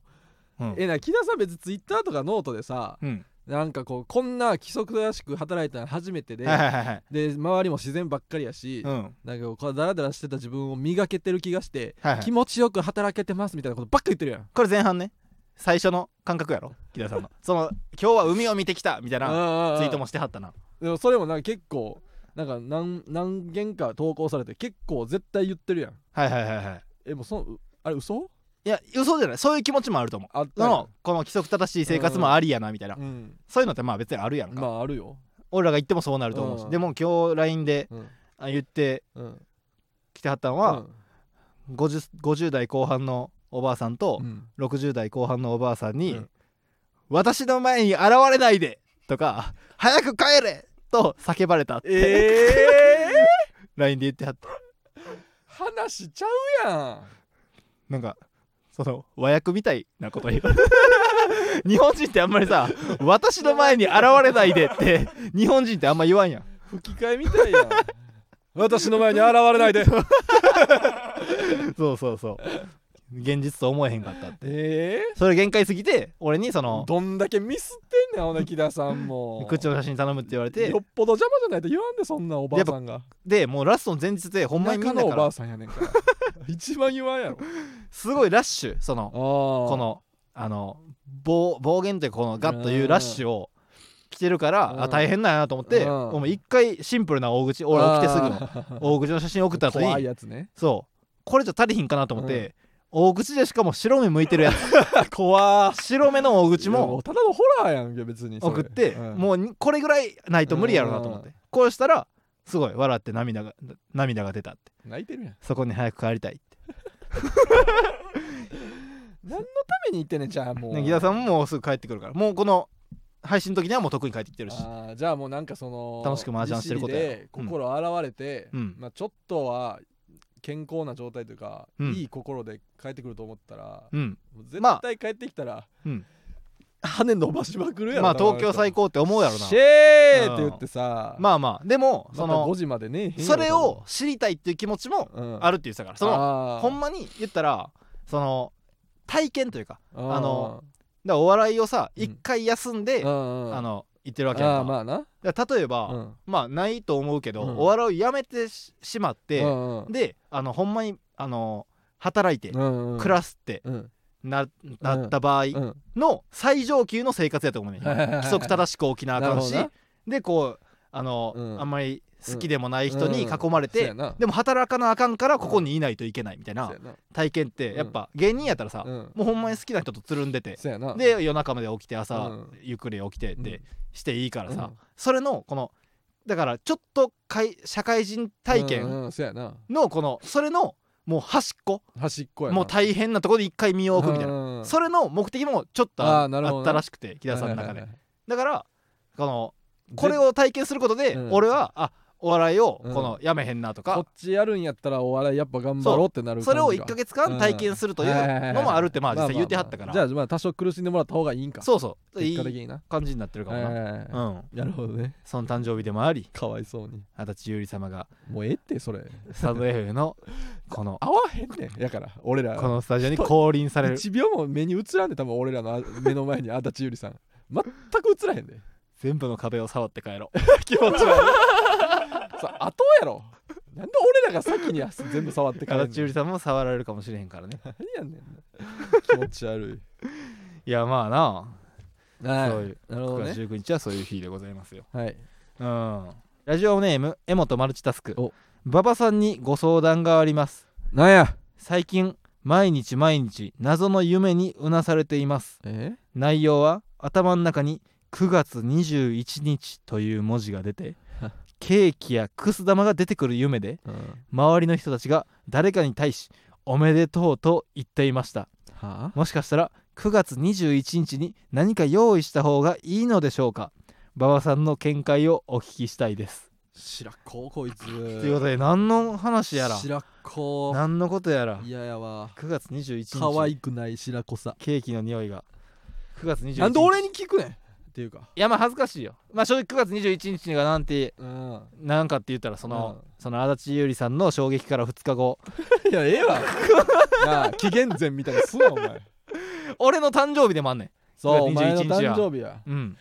Speaker 2: うん
Speaker 1: えな木田さん別にツイッターとかノートでさ
Speaker 2: うん
Speaker 1: なんかこうこんな規則正しく働いたの初めてで
Speaker 2: はいはいはいはい
Speaker 1: で周りも自然ばっかりやし
Speaker 2: うん
Speaker 1: なんかこうダラダラしてた自分を磨けてる気がして
Speaker 2: はいはい
Speaker 1: 気持ちよく働けてますみたいなことばっか言ってるやん
Speaker 2: これ前半ね最初の感覚やろ木田さんのその今日は海を見てきたみたいな
Speaker 1: ああ
Speaker 2: ツイートもしてはったな
Speaker 1: でもそれもなんか結構なんか何何件か投稿されて結構絶対言ってるやん
Speaker 2: はいはいはいはい
Speaker 1: えもうそのあれ嘘
Speaker 2: いや嘘じゃないそういう気持ちもあると思う
Speaker 1: あった
Speaker 2: そ
Speaker 1: やん
Speaker 2: のこの規則正しい生活もありやなみたいな、
Speaker 1: うん
Speaker 2: そういうのってまあ別にあるやんか、
Speaker 1: まああるよ
Speaker 2: 俺らが言ってもそうなると思うし、
Speaker 1: うん
Speaker 2: でも今日 LINE で
Speaker 1: うん
Speaker 2: あ言って
Speaker 1: うん
Speaker 2: きてはったのは、50, 50代後半のおばあさんと
Speaker 1: う、ん
Speaker 2: 60代後半のおばあさんに「
Speaker 1: うん
Speaker 2: 私の前に現れないで!」とか「早く帰れ!」と叫ばれたって、
Speaker 1: ええ
Speaker 2: [laughs] LINE で言ってはった
Speaker 1: 話ちゃうや
Speaker 2: なんかその和訳みたいなこと言う [laughs] 日本人ってあんまりさ「私の前に現れないで」って日本人ってあんま言わんやん
Speaker 1: ん吹き替えみたいやん [laughs] 私の前に現れないで
Speaker 2: そうそうそう現実と思えへんかったって
Speaker 1: [laughs] ええ
Speaker 2: それ限界すぎて俺にその
Speaker 1: どんだけミスってんねんほな木田さん [laughs] も
Speaker 2: 口の写真頼むって言われて
Speaker 1: よっぽど邪魔じゃないと言わんでそんなおばあさんが
Speaker 2: でもうラストの前日でほんまにみん
Speaker 1: 田舎
Speaker 2: な
Speaker 1: のお
Speaker 2: か
Speaker 1: ばあ
Speaker 2: ら
Speaker 1: さんやねんから [laughs] 一番言わんやろ
Speaker 2: すごいラッシュそのこ
Speaker 1: こ
Speaker 2: のあの暴暴言というかこのガッというラッシュを来てるか
Speaker 1: うん
Speaker 2: らあ大変なんやなと思って
Speaker 1: うん
Speaker 2: もう一回シンプルな大口俺起きてすぐの大口の写真送った後
Speaker 1: 怖い
Speaker 2: に
Speaker 1: やつね
Speaker 2: そうこれじゃ足りひんかなと思って大口でしかも白目向いてるやつ
Speaker 1: 怖 [laughs]
Speaker 2: 白目の大口
Speaker 1: いや
Speaker 2: も
Speaker 1: もうただのホラーやんけ別にそれ
Speaker 2: 送って、
Speaker 1: うん
Speaker 2: もうにこれぐらいないと無理やろなと思って、
Speaker 1: うん
Speaker 2: こうしたらすごい笑って涙が涙が出たって
Speaker 1: 泣いてるやん
Speaker 2: そこに早く帰りたいって
Speaker 1: 何のために言ってんねんじゃあもう
Speaker 2: ね木田さんももうすぐ帰ってくるからもうこの配信の時にはもう特に帰ってきてるし
Speaker 1: あーじゃあもうなんかその
Speaker 2: 楽しく麻雀してることやろ
Speaker 1: 利尻で心洗われて、
Speaker 2: うん
Speaker 1: まあ、ちょっとは健康な状態というか、
Speaker 2: うん
Speaker 1: いい心で帰ってくると思ったら、
Speaker 2: うん
Speaker 1: もう絶
Speaker 2: ま
Speaker 1: 対帰ってきたら、
Speaker 2: うん
Speaker 1: 羽伸ばしまくるやろ
Speaker 2: まあ
Speaker 1: 多分
Speaker 2: 東京最高って思うやろな
Speaker 1: シェーって言ってさ、
Speaker 2: まあまあでもそ
Speaker 1: また5
Speaker 2: の
Speaker 1: 時までね
Speaker 2: それを、知りたいっていう気持ちもあ
Speaker 1: る
Speaker 2: るって言ってたからそのほん
Speaker 1: ま
Speaker 2: まに言ったらその体験というかあのだからお笑いをさ
Speaker 1: うん
Speaker 2: 一回休んで、あ
Speaker 1: あ
Speaker 2: の言ってるわけやん
Speaker 1: あ
Speaker 2: か
Speaker 1: ーまあな
Speaker 2: だから例えば、
Speaker 1: うん
Speaker 2: まあないと思うけど、
Speaker 1: うん
Speaker 2: お笑いをやめてししまって、
Speaker 1: うんうん
Speaker 2: であのほんまにあの働いて
Speaker 1: うんうん
Speaker 2: 暮らすって
Speaker 1: うん
Speaker 2: な,、なった場合
Speaker 1: うん
Speaker 2: の最上級の生活やと思うね、ん、
Speaker 1: はいはいはいはい
Speaker 2: 規則正しく起きなあかんし
Speaker 1: なるほ
Speaker 2: でこうあの、
Speaker 1: うん
Speaker 2: あんまり好きでもない人に囲まれ
Speaker 1: そう
Speaker 2: て、
Speaker 1: やな
Speaker 2: でも働かなあかんからここにいないといけないみたい
Speaker 1: そう
Speaker 2: な
Speaker 1: やな
Speaker 2: 体験ってやっぱ芸人やったらさ、
Speaker 1: うん
Speaker 2: もうほんまに好きな人とつるんでて、
Speaker 1: そうやな
Speaker 2: で夜中まで起きて朝、
Speaker 1: うん
Speaker 2: ゆっくり起きてって
Speaker 1: うん
Speaker 2: していいからさ、
Speaker 1: うん
Speaker 2: それのこのだからちょっとかい社会人体
Speaker 1: うん
Speaker 2: 験
Speaker 1: うんそうやな
Speaker 2: のこのそれのもう端っこ
Speaker 1: 端っこやな
Speaker 2: もう大変なとこで一回身を置くみたいな
Speaker 1: な
Speaker 2: それの目的もちょっと
Speaker 1: あ
Speaker 2: あ
Speaker 1: ーなるほど
Speaker 2: あ
Speaker 1: な
Speaker 2: ったらしくて木田さんの中でだからこの
Speaker 1: ぜ
Speaker 2: これを体験することで
Speaker 1: うん
Speaker 2: 俺はあお笑いを
Speaker 1: うん
Speaker 2: このやめへんなと
Speaker 1: こっ
Speaker 2: か
Speaker 1: ちやるんやったらお笑いやっぱ頑張ろうってなる感じ
Speaker 2: それを1
Speaker 1: か
Speaker 2: か月間体験するというのもあるってまあ実際言ってはったか
Speaker 1: じゃあ
Speaker 2: ら
Speaker 1: まあ多少苦しんでもらった方がいいんか
Speaker 2: そうそうい
Speaker 1: 結果的
Speaker 2: い
Speaker 1: にな
Speaker 2: 感じになってるかもな
Speaker 1: ええ
Speaker 2: うん
Speaker 1: なるほどね
Speaker 2: その誕生日でもあり
Speaker 1: かわいそうに
Speaker 2: 足立優里様が
Speaker 1: もうええってそれ
Speaker 2: スタンド F のこ [laughs] の
Speaker 1: 合わへんねんやから俺ら
Speaker 2: このスタジオに降臨される
Speaker 1: 1秒も目に映らんで多分俺らのあ [laughs] 目の前に足立ゆりさん全く映らへんで
Speaker 2: 全部の壁を触って帰ろう
Speaker 1: 気持ち悪いさ後やろなんで俺らが先に全部触
Speaker 2: [laughs]
Speaker 1: ってから
Speaker 2: 足立優里さんも触られるかもしれへんからね
Speaker 1: 何やねんな気持ち悪
Speaker 2: [laughs] いやまあな
Speaker 1: は
Speaker 2: いそういう
Speaker 1: なるほど
Speaker 2: 9月
Speaker 1: ね
Speaker 2: 19日はそういう日でございますよ
Speaker 1: はい
Speaker 2: うんラジオネーム江本マルチタスク
Speaker 1: お
Speaker 2: 馬場さんにご相談があります
Speaker 1: なんや
Speaker 2: 最近毎日毎日謎の夢にうなされています
Speaker 1: え
Speaker 2: 内容は頭の中に9月21日という文字が出てケーキやくす玉が出てくる夢で
Speaker 1: うん
Speaker 2: 周りの人たちが誰かに対しおめでとうと言っていました
Speaker 1: はあ
Speaker 2: もしかしたら9月21日に何か用意した方がいいのでしょうか馬場さんの見解をお聞きしたいです
Speaker 1: 白子こいつと
Speaker 2: ということ
Speaker 1: で
Speaker 2: で何の話やら
Speaker 1: 白子
Speaker 2: 何のことやら
Speaker 1: 嫌やわ
Speaker 2: 9月21日
Speaker 1: 可愛くない白子さ
Speaker 2: ケーキの匂いが9月21日
Speaker 1: なんで俺に聞くねんっていうか
Speaker 2: いやまあ恥ずかしいよまあ正直9月21日がなんて
Speaker 1: うん
Speaker 2: なんかって言ったらその、
Speaker 1: う
Speaker 2: その足立優里さんの衝撃から2日後
Speaker 1: いやええわなあ紀元前みたいにすなお前
Speaker 2: 俺の誕生日でもあんね
Speaker 1: そう
Speaker 2: 9
Speaker 1: お前の
Speaker 2: 月21日や
Speaker 1: 誕生日や
Speaker 2: んうん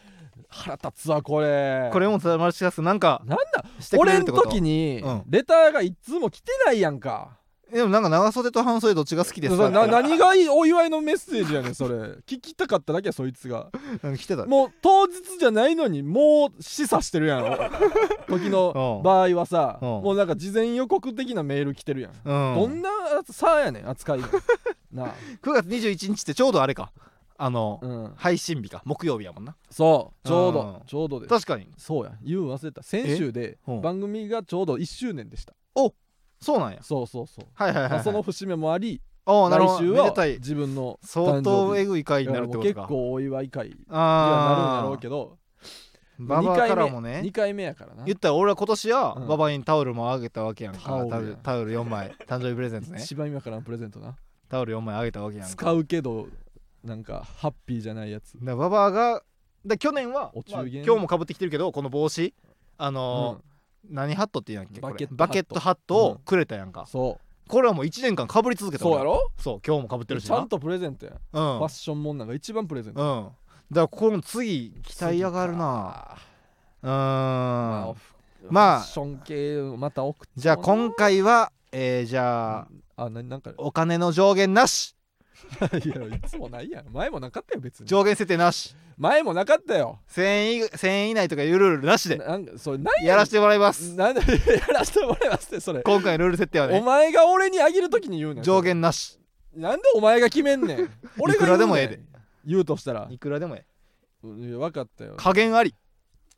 Speaker 1: 腹立つわこれ
Speaker 2: これもマルチカスなんか
Speaker 1: なんだ
Speaker 2: してくれ
Speaker 1: 俺
Speaker 2: るっ
Speaker 1: ん
Speaker 2: てこと
Speaker 1: 時に
Speaker 2: うん
Speaker 1: レターがいつも来てないやんか
Speaker 2: でもなんか長袖と半袖どっちが好きですか
Speaker 1: そ
Speaker 2: って言
Speaker 1: な
Speaker 2: ったら
Speaker 1: 何がいいお祝いのメッセージやねんそれ聞きたかっただけやそいつが
Speaker 2: うん来てた
Speaker 1: もう当日じゃないのにもう示唆してるや
Speaker 2: [laughs]
Speaker 1: ん時の場合はさ
Speaker 2: うん
Speaker 1: もうなんか事前予告的なメール来てるやん
Speaker 2: う
Speaker 1: ど
Speaker 2: ん
Speaker 1: んなさやねん
Speaker 2: [laughs]
Speaker 1: 扱いがなあ
Speaker 2: 9月21日ってちょうどあれかあの、
Speaker 1: うん
Speaker 2: 配信日か木曜日やもんな
Speaker 1: そうちょう
Speaker 2: うん
Speaker 1: どちょうどです
Speaker 2: 確かに
Speaker 1: そうや言うの忘れた先週で
Speaker 2: うん
Speaker 1: 番組がちょうど1周年でした
Speaker 2: そうなんや
Speaker 1: そうそうそう
Speaker 2: はいはいはい、
Speaker 1: まあ
Speaker 2: はい、
Speaker 1: その節目もあり
Speaker 2: おーなる
Speaker 1: 来
Speaker 2: ほ
Speaker 1: 週
Speaker 2: どめで
Speaker 1: は
Speaker 2: たい
Speaker 1: 自分の
Speaker 2: 相当えぐい回
Speaker 1: い
Speaker 2: になるってこと
Speaker 1: 結
Speaker 2: か
Speaker 1: 構お祝い会にはなるん
Speaker 2: あ
Speaker 1: だ
Speaker 2: あ
Speaker 1: ろうけど
Speaker 2: ババアからもね
Speaker 1: 2回目やからな
Speaker 2: 言ったら俺は今年は
Speaker 1: うん
Speaker 2: ババアにタオルもあげたわけやんかタ
Speaker 1: タオ
Speaker 2: オ
Speaker 1: ルや
Speaker 2: ルタオル4枚誕生日プレ
Speaker 1: [laughs]
Speaker 2: ゼントね
Speaker 1: 一番今からのプレゼントな
Speaker 2: タオル4枚あげたわけやんか
Speaker 1: 使うけどなんかハッピーじゃないやつ
Speaker 2: だババアがで去年は、
Speaker 1: お中
Speaker 2: まあ
Speaker 1: 元
Speaker 2: 今日もかぶってきてるけどこの帽子あのー何ハットって言うんやっけこれ
Speaker 1: バケットハット
Speaker 2: バケットハットをくれたやんか、
Speaker 1: そ
Speaker 2: これはもう1年間かぶり続
Speaker 1: う
Speaker 2: けた
Speaker 1: そうや
Speaker 2: ろ
Speaker 1: ろ
Speaker 2: そう今日もかぶってるし
Speaker 1: ち
Speaker 2: な
Speaker 1: ゃんとプレゼントやんフ
Speaker 2: うん
Speaker 1: ァッションもんなんか一番プレゼン
Speaker 2: う
Speaker 1: ト
Speaker 2: んだからこの次期待上がるなうーんまあ
Speaker 1: ファッション系をまた送って
Speaker 2: じゃあ今回はえーじゃあ
Speaker 1: あななんか [laughs] い
Speaker 2: お金の上限なし
Speaker 1: やいつもないやん前もなかったよ別に
Speaker 2: 上限設定なし
Speaker 1: 前もなかったよ
Speaker 2: 1000円以1000円以内とかいうルールなしで
Speaker 1: なんかそれない
Speaker 2: やらせてもらいます
Speaker 1: なんでやらせてもらいますってそれ
Speaker 2: 今回のルール設定は
Speaker 1: お
Speaker 2: ね
Speaker 1: 前が俺にあげるときに言うねん
Speaker 2: 上限なし
Speaker 1: なんでお前が決め [laughs] んねん俺が言うねん
Speaker 2: いくらでもええで
Speaker 1: 言うとしたら
Speaker 2: いくらでもええ
Speaker 1: うんいや分かったよ
Speaker 2: 加減あり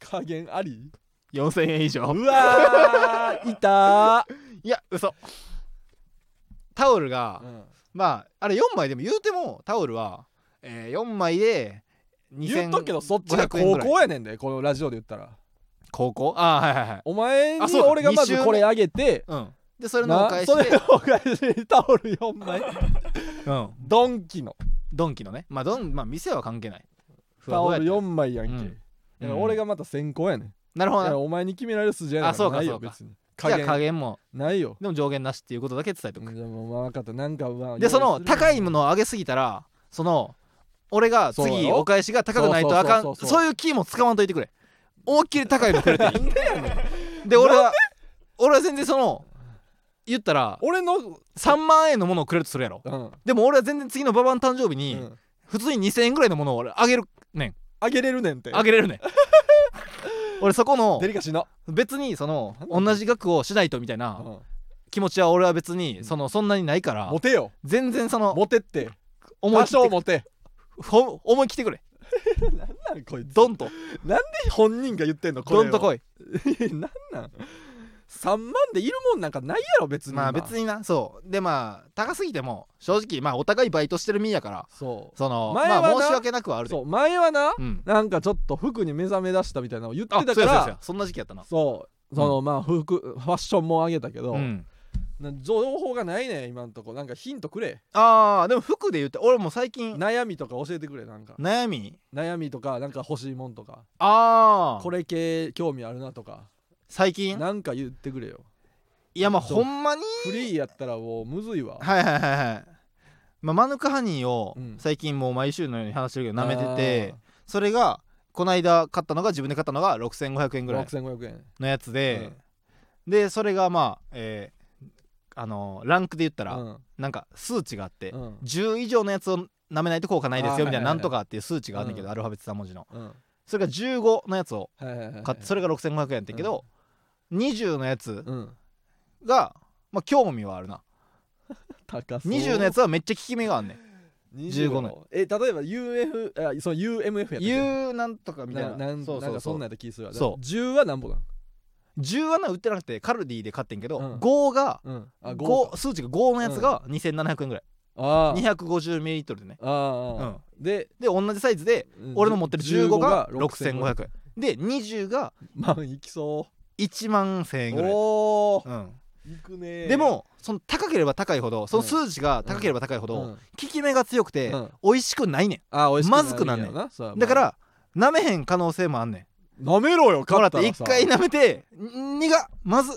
Speaker 1: 加減あり
Speaker 2: 4000円以上
Speaker 1: うわ [laughs] ーいた
Speaker 2: いや嘘タオルが
Speaker 1: ー、
Speaker 2: まああれ4枚でも言うてもタオルは、え4枚で
Speaker 1: 言っとくけ
Speaker 2: 2000
Speaker 1: どそっちが
Speaker 2: 500円
Speaker 1: 高
Speaker 2: ぐらい
Speaker 1: 校やねんでこのラジオで言ったら
Speaker 2: 高校ああはいはいはい
Speaker 1: お前
Speaker 2: あ
Speaker 1: に
Speaker 2: そうだ
Speaker 1: 俺がま
Speaker 2: 二
Speaker 1: ず
Speaker 2: 周目
Speaker 1: これあげて
Speaker 2: うんでそれのお
Speaker 1: な
Speaker 2: 返
Speaker 1: そ
Speaker 2: し
Speaker 1: れ
Speaker 2: で、
Speaker 1: をお返しにタオル4枚
Speaker 2: うん、
Speaker 1: [laughs] ドンキの
Speaker 2: ドンキのねまあドンまあ店は関係ないふわ
Speaker 1: タ
Speaker 2: ふ
Speaker 1: オ
Speaker 2: わや
Speaker 1: ル
Speaker 2: った
Speaker 1: 4枚やんけ、
Speaker 2: うん
Speaker 1: だから
Speaker 2: うん
Speaker 1: 俺がまた先行やねん、
Speaker 2: なるほ
Speaker 1: だから
Speaker 2: ど
Speaker 1: お前に決められる筋合いなん
Speaker 2: あそうか
Speaker 1: ないよ
Speaker 2: そうか
Speaker 1: 別に
Speaker 2: な
Speaker 1: 加
Speaker 2: じゃ
Speaker 1: 減
Speaker 2: あ加減も
Speaker 1: ないよ
Speaker 2: でも上限なしっていうことだけ伝えとく
Speaker 1: じゃあもう分かったなんかまあ
Speaker 2: でそ
Speaker 1: 用意
Speaker 2: の
Speaker 1: する
Speaker 2: 高いものを上げすぎたらその俺が
Speaker 1: そう
Speaker 2: 次
Speaker 1: やろ
Speaker 2: お返しが高くないとあか
Speaker 1: そ
Speaker 2: んそうう
Speaker 1: そうそうそう
Speaker 2: いうキーも使わんといてくれ思いっきり高いのくれていい [laughs] で俺は俺は全然その言ったら
Speaker 1: 俺の
Speaker 2: 3万円のものをくれるとするやろ
Speaker 1: うん
Speaker 2: でも俺は全然次のババアの誕生日に
Speaker 1: うん
Speaker 2: 普通に2000円ぐらいのものを俺あげるねん
Speaker 1: あげれるねんって
Speaker 2: あげれ
Speaker 1: [laughs]
Speaker 2: るねん俺そこの
Speaker 1: デリカシーの
Speaker 2: 別にその
Speaker 1: なんだ
Speaker 2: 同じ額をしないとみた
Speaker 1: う
Speaker 2: い
Speaker 1: ん
Speaker 2: な気持ちは俺は別にそのそんなにないから
Speaker 1: モテよ
Speaker 2: 全然その
Speaker 1: モテって
Speaker 2: 思い
Speaker 1: 多
Speaker 2: 切って
Speaker 1: 少モテ
Speaker 2: ほ思い切ってくれ
Speaker 1: なんなんこいつ
Speaker 2: ドンと
Speaker 1: [laughs] 本人が言ってんのこれ
Speaker 2: ど
Speaker 1: を
Speaker 2: んとこい
Speaker 1: なんなん3万でいるもんなんかないやろ別に
Speaker 2: まあ別になそうでまあ高すぎても正直まあお互いバイトしてる身やから
Speaker 1: そう
Speaker 2: その
Speaker 1: 前はな
Speaker 2: まあ申し訳なくはあるで
Speaker 1: そう前はな
Speaker 2: うん
Speaker 1: なんかちょっと服に目覚め出したみたいなのを言って
Speaker 2: あ
Speaker 1: た
Speaker 2: そ
Speaker 1: か
Speaker 2: うやそうやそう
Speaker 1: ら
Speaker 2: やそんな時期やったな
Speaker 1: そうそのまあ服ファッションもあげたけど、
Speaker 2: うん
Speaker 1: な情報がないね今んとこなんかヒントくれ
Speaker 2: ああでも服で言って俺も最近
Speaker 1: 悩みとか教えてくれなんか
Speaker 2: 悩み
Speaker 1: 悩みとかなんか欲しいもんとか
Speaker 2: ああ
Speaker 1: これ系興味あるなとか
Speaker 2: 最近
Speaker 1: なんか言ってくれよ
Speaker 2: いやまあほんまに
Speaker 1: フリーやったらもうむずいわ
Speaker 2: はいはいはいはいまあマヌカハニーを
Speaker 1: うん
Speaker 2: 最近もう毎週のように話してるけど舐めててそれがこの間買ったのが自分で買ったのが6500円
Speaker 1: あー
Speaker 2: ぐらい
Speaker 1: 6500円
Speaker 2: のやつで、でそれがまあ、えーあのーランクで言ったら、
Speaker 1: うん
Speaker 2: なんか数値があって、
Speaker 1: うん
Speaker 2: 10以上のやつを舐めないと効果ないですよみたい
Speaker 1: あーはいは
Speaker 2: な
Speaker 1: いはい
Speaker 2: なんとかっていう数値があるんだけど、
Speaker 1: うん
Speaker 2: アルファベット3文字の
Speaker 1: うん
Speaker 2: それが15のやつを
Speaker 1: はいはいはいはい
Speaker 2: 買ってそれが6500円やったけど、20のやつ
Speaker 1: うん
Speaker 2: が、まあ、興味はあるな
Speaker 1: 高そう
Speaker 2: 20のやつはめっちゃ効き目があんねん15の
Speaker 1: え例えば UF あその UMF [laughs] やったっけ
Speaker 2: U なんとかみたいな
Speaker 1: なん
Speaker 2: そう
Speaker 1: な
Speaker 2: そ
Speaker 1: ん
Speaker 2: う
Speaker 1: か
Speaker 2: そ
Speaker 1: そん
Speaker 2: う
Speaker 1: なんやった気するわ
Speaker 2: そう
Speaker 1: 10はなんぼなん
Speaker 2: 10はな売ってなくてカルディで買ってんけど、
Speaker 1: うん
Speaker 2: 5が
Speaker 1: うんあ五
Speaker 2: 5数値が5のやつが2700円ぐらい、
Speaker 1: あー
Speaker 2: 250ml でね
Speaker 1: あーあーで
Speaker 2: で同じサイズで
Speaker 1: うん
Speaker 2: 俺の持ってる15が
Speaker 1: 15が
Speaker 2: 6500円で20が
Speaker 1: まあいきそ
Speaker 2: 1万1000
Speaker 1: う
Speaker 2: 円ぐらい、
Speaker 1: おお
Speaker 2: うん
Speaker 1: いくねー
Speaker 2: でもその高ければ高いほどその数字が高ければ高いほ
Speaker 1: う
Speaker 2: ど効
Speaker 1: ん
Speaker 2: き目が強くて
Speaker 1: うん
Speaker 2: 美味しくないね
Speaker 1: あ美味し
Speaker 2: まずくなんねん
Speaker 1: いやろそうや
Speaker 2: んだか
Speaker 1: まあ
Speaker 2: ら舐めへん可能性もあんねん
Speaker 1: 舐めろよ
Speaker 2: ほ
Speaker 1: 買
Speaker 2: らっ
Speaker 1: った
Speaker 2: て
Speaker 1: ら
Speaker 2: 一回舐めてん苦っまずっ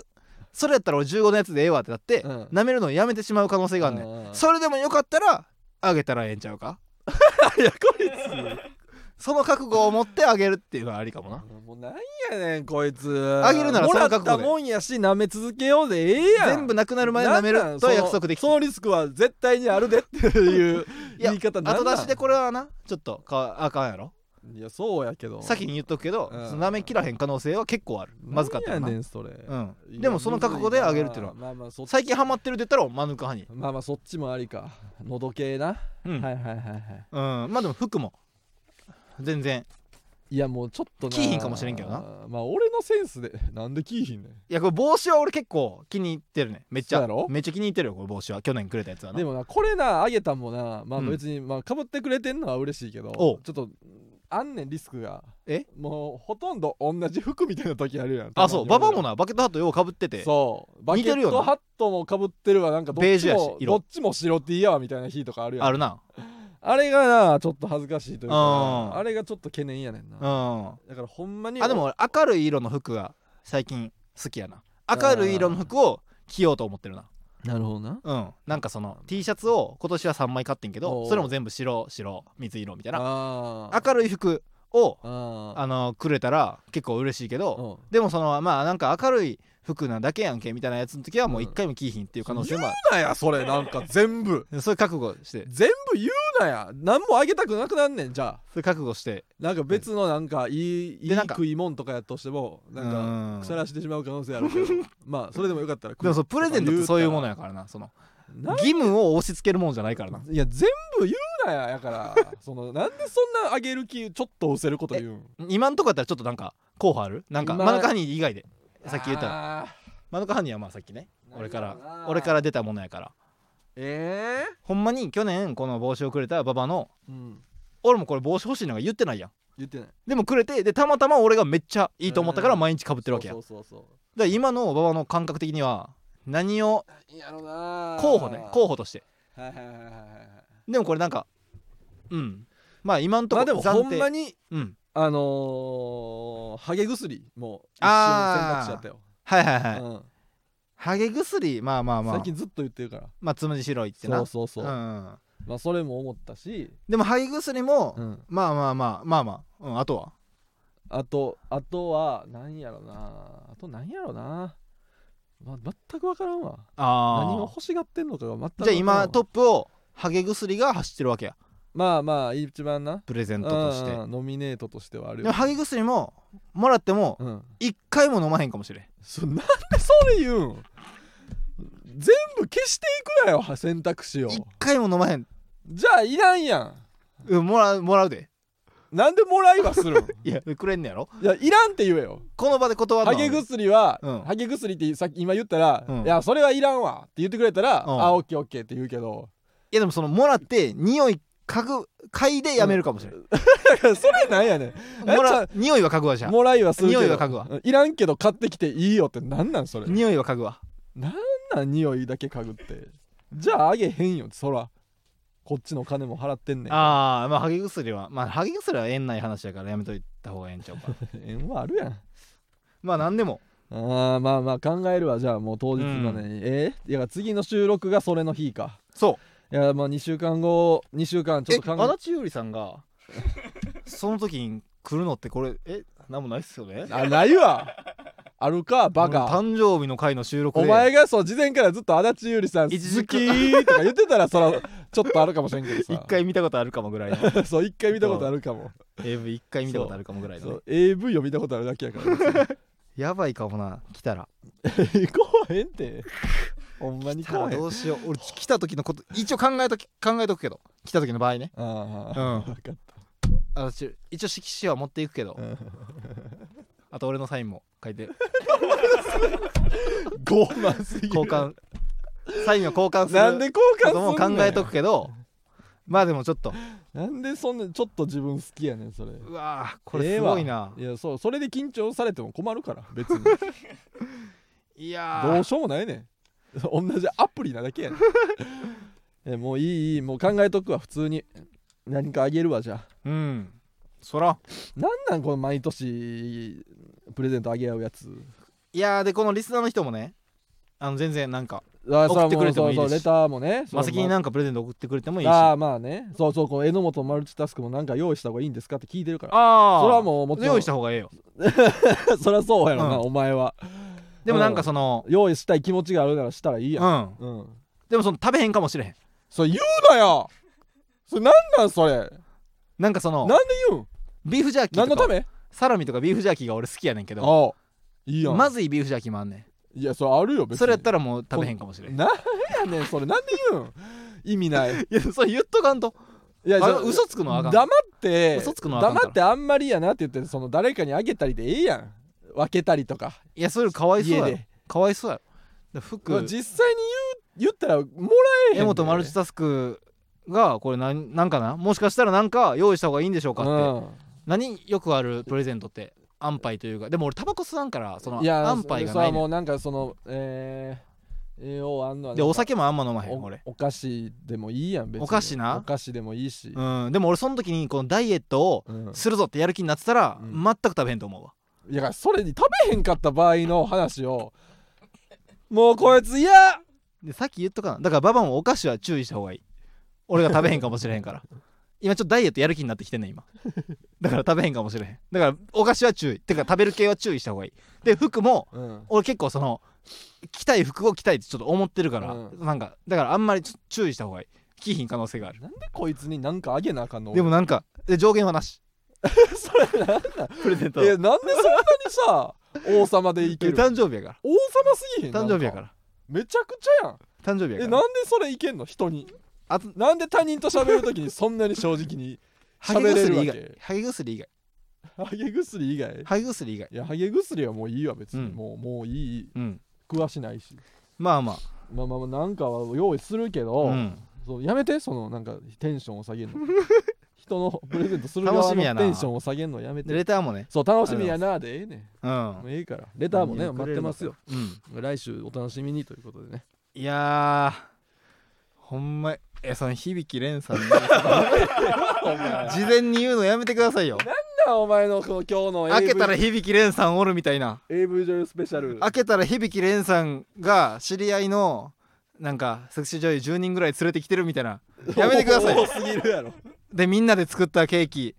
Speaker 2: それやったら俺15のやつでええわってなって
Speaker 1: うん
Speaker 2: 舐めるのをやめてしまう可能性があんねん
Speaker 1: ね
Speaker 2: それでもよかったらあげたらええんちゃうか
Speaker 1: いやこいつ
Speaker 2: その覚悟を持ってあげるっていうのはありかもな
Speaker 1: [laughs] もうなんやねんこいつ
Speaker 2: あげるなら
Speaker 1: も
Speaker 2: そ
Speaker 1: ら
Speaker 2: の
Speaker 1: っ
Speaker 2: 覚悟で
Speaker 1: たもんやし舐め続けようでええやん
Speaker 2: 全部なくなるまで舐める
Speaker 1: なんなん
Speaker 2: とは約束でき
Speaker 1: そのそのリスクは絶対にあるでっていう
Speaker 2: いや
Speaker 1: 言い方なん
Speaker 2: 後
Speaker 1: なん
Speaker 2: 出しでこれはなちょっとかあかんやろ
Speaker 1: いやそうやけど
Speaker 2: 先に言っとくけど、
Speaker 1: うん
Speaker 2: その舐めきらへん可能性は結構あるまずかった
Speaker 1: な
Speaker 2: ら
Speaker 1: ん
Speaker 2: な
Speaker 1: やねんそれ、
Speaker 2: う
Speaker 1: い
Speaker 2: ん、
Speaker 1: や
Speaker 2: でもその覚悟であげるっていうのは
Speaker 1: まあまあそっち
Speaker 2: 最近ハマってるって言ったらマヌカハニー、
Speaker 1: まあまあそっちもありかのど系な、
Speaker 2: うん
Speaker 1: はいはいはいはい
Speaker 2: うん、まあでも服も全然
Speaker 1: いやもうちょっとな
Speaker 2: キーひんかもしれんけどな
Speaker 1: まあ俺のセンスで [laughs] なんでキーひんねん
Speaker 2: いやこれ帽子は俺結構気に入ってるねめっち
Speaker 1: そう
Speaker 2: ゃ
Speaker 1: やろ
Speaker 2: めっちゃ気に入ってるよこれ帽子は去年くれたやつはな
Speaker 1: でもなこれなあげたんもなまあ
Speaker 2: うん
Speaker 1: 別にまあかぶってくれてんのは嬉しいけど、
Speaker 2: おう
Speaker 1: ちょっとあんねんリスクが
Speaker 2: え
Speaker 1: もうほとんど同じ服みたいな時あるやん
Speaker 2: あそう
Speaker 1: た
Speaker 2: バ
Speaker 1: まに
Speaker 2: バ
Speaker 1: 俺ら
Speaker 2: もなバケットハットようかぶってて
Speaker 1: そうバケ
Speaker 2: 似て
Speaker 1: ッ
Speaker 2: るよ
Speaker 1: ト
Speaker 2: な
Speaker 1: ハットもかぶってるわなんかど
Speaker 2: ベ
Speaker 1: っ
Speaker 2: ージ
Speaker 1: ち
Speaker 2: ュやし
Speaker 1: も
Speaker 2: 色
Speaker 1: どっちも白 T やわみたいな日とかあるやん
Speaker 2: あるな
Speaker 1: あれがなちょっと恥ずかしいというか
Speaker 2: うん
Speaker 1: あれがちょっと懸念やねんな、
Speaker 2: うんあ
Speaker 1: だからほんまに
Speaker 2: でも俺明るい色の服が最近好きやな明るい色の服を着ようと思ってるな
Speaker 1: なるほどな
Speaker 2: うんなんかその T シャツを今年は3枚買ってんけ
Speaker 1: お
Speaker 2: ど
Speaker 1: う
Speaker 2: それも全部白白水色みたいな
Speaker 1: あー
Speaker 2: 明るい服を
Speaker 1: あー
Speaker 2: あのくれたら結構嬉しいけど、
Speaker 1: うん
Speaker 2: でもそのまあなんか明るい服なだけやんけみたいなやつの時はもう
Speaker 1: うん
Speaker 2: 一回も着いひんっていう可能性もある、
Speaker 1: 言うなやそれなんか全部
Speaker 2: そういう覚悟して
Speaker 1: 全部言うなや何もあげたくなくなんねんじゃあ
Speaker 2: そういう覚悟して
Speaker 1: なんか別のなんかいい,、いい
Speaker 2: でなんか
Speaker 1: 食いもんとかやとしてもなんか
Speaker 2: うん
Speaker 1: 腐らしてしまう可能性あるけど
Speaker 2: [laughs]
Speaker 1: まあそれでもよかったら食う
Speaker 2: でもそのプレゼントってそういうもの
Speaker 1: や
Speaker 2: やからなその
Speaker 1: な
Speaker 2: 義務を押し付けるもんじゃないからない
Speaker 1: や全部言うなややからそのなんでそんなあげる気ちょっと押せること言うん
Speaker 2: 今んとこやったらちょっとなんか候補あるなんか
Speaker 1: 今
Speaker 2: マヌカハニー以外でさっき言ったら
Speaker 1: ら
Speaker 2: マヌカハニーはまあさっきね俺か
Speaker 1: なるほど
Speaker 2: ら
Speaker 1: な
Speaker 2: 俺から出たものやから
Speaker 1: え
Speaker 2: ほんまに去年この帽子をくれたババの
Speaker 1: えうん
Speaker 2: 俺もこれ帽子欲しいのが言ってないやん
Speaker 1: 言ってない
Speaker 2: でもくれてでたまたま俺がめっちゃいいと思ったから
Speaker 1: うん
Speaker 2: 毎日かぶってるわけや
Speaker 1: そうそうそうそ
Speaker 2: だから今の馬場の感覚的には何を
Speaker 1: ういやろな
Speaker 2: 候補ね候
Speaker 1: 補
Speaker 2: 補として
Speaker 1: はいはいはいはいはい
Speaker 2: でもこれなんかうんまあ今んとこ
Speaker 1: まあでも
Speaker 2: 暫
Speaker 1: ほ
Speaker 2: 定
Speaker 1: んまに
Speaker 2: うん
Speaker 1: あのー、ハゲ薬も一瞬選択
Speaker 2: あー
Speaker 1: 肢あったよ、
Speaker 2: はいはいはい、
Speaker 1: うん
Speaker 2: ハゲ薬まあまあまあ
Speaker 1: 最近ずっと言ってるから
Speaker 2: まあつむじ白いってな
Speaker 1: そうそうそう、
Speaker 2: うんうん
Speaker 1: まあそれも思ったし、
Speaker 2: でもハゲ薬も、
Speaker 1: うん
Speaker 2: まあまあまあまあまあ、うん、あとは
Speaker 1: あとあとは何やろなあと何やろな、まあ、全く分からんわ
Speaker 2: あ
Speaker 1: 何を欲しがってんのかが全く分からんわ
Speaker 2: じゃあ今トップをハゲ薬が走ってるわけや
Speaker 1: まあまあ一番な
Speaker 2: プレゼントとして
Speaker 1: うんうんノミネートとしてはある
Speaker 2: で
Speaker 1: よ
Speaker 2: もハゲ薬ももらっても
Speaker 1: うん
Speaker 2: 一回も飲まへんかもしれん
Speaker 1: そなんでそれ言うん全部消していくなよ選択肢を
Speaker 2: 一回も飲まへん、
Speaker 1: じゃあいらんやん
Speaker 2: うん、もらうもらうで
Speaker 1: なんでもらいはするん
Speaker 2: いやくれんねやろ
Speaker 1: いやいらんって言えよ
Speaker 2: この場で断る
Speaker 1: ハ
Speaker 2: の
Speaker 1: ゲ薬は、
Speaker 2: うん
Speaker 1: ハゲ薬ってさっき今言ったら、
Speaker 2: うん
Speaker 1: いやそれはいらんわって言ってくれたら、
Speaker 2: うん
Speaker 1: あオッケーオッケーって言うけど
Speaker 2: いやでもそのもらって匂い嗅ぐ嗅いでやめるかもしれない、
Speaker 1: それなんやねんうん
Speaker 2: も
Speaker 1: え
Speaker 2: ら匂いは嗅ぐわじゃん
Speaker 1: もらいはするけど
Speaker 2: 匂いは嗅ぐわ
Speaker 1: いらんけど買ってきていいよってなんなんそれ
Speaker 2: 匂いは嗅ぐわ
Speaker 1: なんなん匂いだけ嗅ぐってじゃああげへんよそらこっちの金も払ってんねん
Speaker 2: ああまあハゲ薬はまあハゲ薬は縁ない話やからやめといた方がええんちゃ
Speaker 1: [laughs]
Speaker 2: うか
Speaker 1: 縁はあるやん
Speaker 2: まあ何でも
Speaker 1: あーまあまあ考えるわじゃあもう当日までに、えーいや次の収録がそれの日か
Speaker 2: そう
Speaker 1: いやまあ2週間後2週間ちょっと
Speaker 2: え
Speaker 1: 考
Speaker 2: 足立優里さんがその時に来るのってこれえ何もないっすよね
Speaker 1: えあないわあるかバカ
Speaker 2: 誕生日の回の収録
Speaker 1: お
Speaker 2: で
Speaker 1: 前がそう事前からずっと足立優里さん好
Speaker 2: 一時
Speaker 1: き
Speaker 2: 期
Speaker 1: とか言ってたらそらちょっとあるかもしれんけどさ
Speaker 2: 一回見たことあるかもぐらいの
Speaker 1: そう一回見たことあるかも
Speaker 2: AV 一回見たことあるかもぐらい
Speaker 1: そ
Speaker 2: のね
Speaker 1: う AV を見たことあるだけや
Speaker 2: [laughs]
Speaker 1: から別に
Speaker 2: やばいかもな来たら
Speaker 1: 行こうへんってほんまに
Speaker 2: 来た
Speaker 1: こ
Speaker 2: ら
Speaker 1: うへん
Speaker 2: どうしよう俺来た時のこと一応考えとき考えとくけど来た時の場合ね
Speaker 1: あ
Speaker 2: う
Speaker 1: あ、
Speaker 2: ん
Speaker 1: 分かっ
Speaker 2: あのち一応色紙は持っていくけど
Speaker 1: た、
Speaker 2: あと俺のサインも [laughs] 書いて
Speaker 1: 傲慢すぎる
Speaker 2: 交換サインを交換する
Speaker 1: なんで交換
Speaker 2: こ
Speaker 1: す
Speaker 2: と
Speaker 1: んの
Speaker 2: も考えとくけどまあでもちょっと
Speaker 1: なんでそんなちょっと自分好きやねんそれ
Speaker 2: うわーこれすごいな、
Speaker 1: ええわいやそうそれで緊張されても困るから別に
Speaker 2: いやー
Speaker 1: どうしようもないねん [laughs] 同じアプリなだけやねん
Speaker 2: [laughs]
Speaker 1: えもういいいいもう考えとくわ普通に何かあげるわじゃあ
Speaker 2: うんそら
Speaker 1: なんなんこの毎年プレゼントあげ合うやつ
Speaker 2: いやーでこのリスナーの人もねあの全然なんか
Speaker 1: あ
Speaker 2: 送ってくれてもいい
Speaker 1: そうそ
Speaker 2: です
Speaker 1: うレ
Speaker 2: し
Speaker 1: ターもね
Speaker 2: マセキに
Speaker 1: な
Speaker 2: なんかプレゼント送ってくれてもいいし
Speaker 1: ああまあねそうそうこう榎本マルチタスクもなんか用意した方がいいんですかって聞いて
Speaker 2: [laughs]
Speaker 1: るから
Speaker 2: あー
Speaker 1: それはもうもちろん
Speaker 2: 用意した方がええよ
Speaker 1: そりゃそうやろな、
Speaker 2: うん
Speaker 1: お前は
Speaker 2: でもなんかその
Speaker 1: 用意したい気持ちがあるならしたらいいうやん、
Speaker 2: ん
Speaker 1: うん
Speaker 2: でもその食べへんかもしれへん
Speaker 1: それ言うなよそれなんなんそれなんで
Speaker 2: なんかその
Speaker 1: 言うん
Speaker 2: ビーフジャーキー
Speaker 1: 何の
Speaker 2: と
Speaker 1: た
Speaker 2: か
Speaker 1: め
Speaker 2: サラミとかビーフジャーキーが俺好きやねんけど
Speaker 1: ああいいやん、
Speaker 2: まずいビーフジャーキーもあんね
Speaker 1: いやそれあるよ別
Speaker 2: ん
Speaker 1: に
Speaker 2: それやったらもう食べへんかもしれんい
Speaker 1: なんやねんそれなんで言うん意味 [laughs] ないい
Speaker 2: やそれ言っとかんと
Speaker 1: や
Speaker 2: あ
Speaker 1: そ
Speaker 2: の嘘つくのはあかん
Speaker 1: 黙って
Speaker 2: 嘘つくのはあかんか
Speaker 1: 黙っ
Speaker 2: ら
Speaker 1: てあんまりやなって言ってその誰かにあげたりでええやん分けたりとか
Speaker 2: いやそれかわいそう
Speaker 1: 家
Speaker 2: やろ
Speaker 1: で
Speaker 2: かわいそうやろだから服
Speaker 1: 実際に言う言ったらもらえへんで
Speaker 2: 江本マルチタスクがこれなんなんかなもしかしたらなんか用意した方がいいんでしょうかって、何よくあるプレゼントって安牌というかでも俺タバコ吸わんからそ
Speaker 1: うん
Speaker 2: の
Speaker 1: いや
Speaker 2: 安牌が
Speaker 1: そ
Speaker 2: な
Speaker 1: れ
Speaker 2: い、
Speaker 1: はも
Speaker 2: ね、
Speaker 1: うなんかそのえー、栄養あんのはなんん
Speaker 2: で
Speaker 1: か
Speaker 2: お酒もあんま飲まへん俺
Speaker 1: おお菓子でもいいやん別に
Speaker 2: お菓子な
Speaker 1: お菓子でもいいし、
Speaker 2: うんでも俺その時にこのダイエットを
Speaker 1: うん
Speaker 2: するぞってやる気になってたら、
Speaker 1: うん
Speaker 2: 全く食べへんと思うわ
Speaker 1: いやそれに食べへんかった場合の話をもうこいつ嫌
Speaker 2: でさっき言っとかなだからババもお菓子は注意した方がいい俺が食べへんかもしれへ
Speaker 1: [laughs]
Speaker 2: んから今ちょっとダイエットやる気になってきてんねん今だから食べへんかもしれへんだからお菓子は注意てか食べる系は注意した方がいいで服も
Speaker 1: うん
Speaker 2: 俺結構その着たい服を着たいってちょっと思ってるから、
Speaker 1: う
Speaker 2: なんかだからあんまりちょっと注意した方がいい着ひん可能性がある
Speaker 1: なんでこいつになんかあげなあかんの
Speaker 2: でもなんかで上限はなし
Speaker 1: [laughs] それなんなん
Speaker 2: プレゼント
Speaker 1: えなんでそんなに
Speaker 2: [laughs]
Speaker 1: さ王様でいける
Speaker 2: 誕生日やか
Speaker 1: 王様すぎへん
Speaker 2: ら誕生日やからら
Speaker 1: めちゃくちゃやん
Speaker 2: 誕生日や
Speaker 1: え
Speaker 2: から
Speaker 1: なんでそれいけんの人に
Speaker 2: あと
Speaker 1: なんで他人と喋るときにそんなに正直に
Speaker 2: ハ
Speaker 1: 喋
Speaker 2: ゲ
Speaker 1: れる
Speaker 2: 薬
Speaker 1: わ
Speaker 2: 以
Speaker 1: け
Speaker 2: 外ハゲ薬以外
Speaker 1: ハゲ薬以外
Speaker 2: ハゲ薬以外
Speaker 1: いやハゲ薬はもういいわ別に、
Speaker 2: うん
Speaker 1: もうもういい
Speaker 2: うん
Speaker 1: 食わしないし
Speaker 2: まあま
Speaker 1: まあまあまあなんかは用意するけ
Speaker 2: あ、
Speaker 1: ど、
Speaker 2: うん、
Speaker 1: そうやめてそのなんかテンションを下
Speaker 2: [laughs]
Speaker 1: げるの人のプレゼントする
Speaker 2: 楽
Speaker 1: 側
Speaker 2: し
Speaker 1: の
Speaker 2: み
Speaker 1: テ
Speaker 2: やな
Speaker 1: ンションを下げるのやめ
Speaker 2: で
Speaker 1: て
Speaker 2: レターもね
Speaker 1: そう楽しみやなでええね
Speaker 2: うん
Speaker 1: んもうええからレターもね
Speaker 2: 何をく
Speaker 1: 待っ
Speaker 2: れ
Speaker 1: て
Speaker 2: るの
Speaker 1: ま
Speaker 2: か
Speaker 1: すよ、
Speaker 2: うん、
Speaker 1: 来週お楽しみにということで
Speaker 2: [laughs]
Speaker 1: ね
Speaker 2: いやーほんまえその響蓮さんに
Speaker 1: [laughs] お前
Speaker 2: 事前に言うのやめてくださいよ
Speaker 1: お前のこの今日の AV
Speaker 2: 開けたら響蓮さんおるみたいな
Speaker 1: AV 女優スペシャル
Speaker 2: [laughs] 開けたら響蓮さんが知り合いのなんかセクシー女優10人ぐらい連れてきてるみたいなやめてください
Speaker 1: 多
Speaker 2: よ
Speaker 1: すぎるやろ
Speaker 2: でみんなで作ったケーキ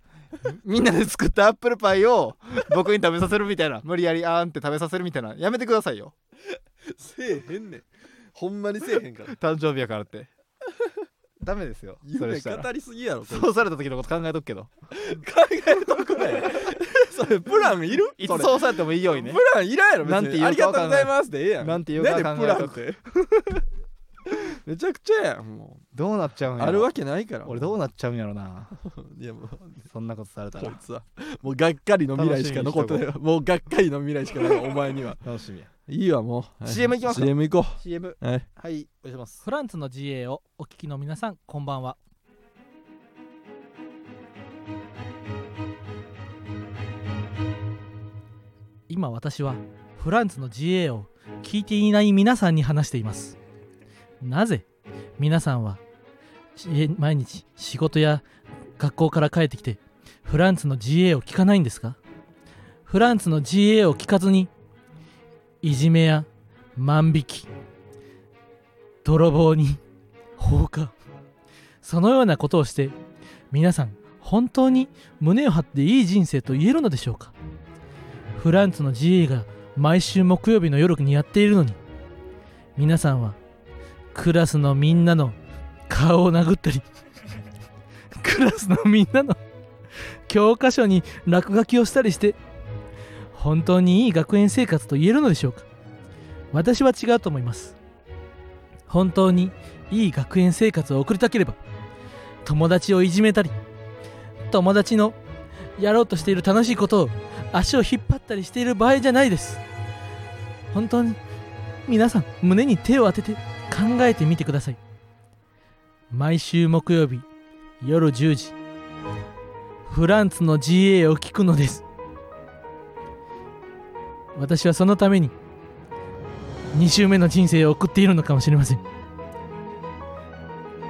Speaker 2: みんなで作ったアップルパイを僕に食べさせるみたいな無理やりあーんって食べさせるみたいなやめてくださいよ
Speaker 1: せえへんねんほんまにせえへんから
Speaker 2: 誕生日やからってダメですよそれ
Speaker 1: 夢
Speaker 2: したら
Speaker 1: 語りすぎやろこれ
Speaker 2: そうされた時のこと考えとくけど
Speaker 1: 考えるとこない [laughs] それプランいる
Speaker 2: いつ
Speaker 1: それ
Speaker 2: そうされてもいいようにね
Speaker 1: プランいらんやろ別に
Speaker 2: なんて言うか
Speaker 1: ありがとうございますでええやん
Speaker 2: なんて言うかわかんない
Speaker 1: んでプランってめちゃくちゃやんも
Speaker 2: どうなっちゃう
Speaker 1: うん
Speaker 2: やろ
Speaker 1: あるわけないから
Speaker 2: 俺どうなっちゃうんやろない
Speaker 1: やもう
Speaker 2: そんなことされた
Speaker 1: こい
Speaker 2: ら
Speaker 1: つはもうがっかりの未来しか残ってないもうがっかりの未来しかないわお前には
Speaker 2: 楽しみや
Speaker 1: いいわもう、はい
Speaker 2: CM 行きますか
Speaker 1: CM 行こ
Speaker 2: CM
Speaker 1: うはい
Speaker 2: はいお願いします
Speaker 3: フランツの GA をお聞きの皆さんこんばんは今私はフランツの GA を聞いていない皆さんに話していますなぜ皆さんはえ毎日仕事や学校から帰ってきてフランツの GA を聞かないんですかフランツの GA を聞かずにいじめや万引き泥棒に放火そのようなことをして皆さん本当に胸を張っていい人生と言えるのでしょうかフランツの GA が毎週木曜日の夜にやっているのに皆さんはクラスのみんなの顔を殴ったりクラスのみんなの教科書に落書きをしたりして本当にいい学園生活と言えるのでしょうか私は違うと思います本当にいい学園生活を送りたければ友達をいじめたり友達のやろうとしている楽しいことを足を引っ張ったりしている場合じゃないです本当に皆さん胸に手を当てて考えてみてください毎週木曜日夜10時フランツの GA を聞くのです私はそのために2周目の人生を送っているのかもしれません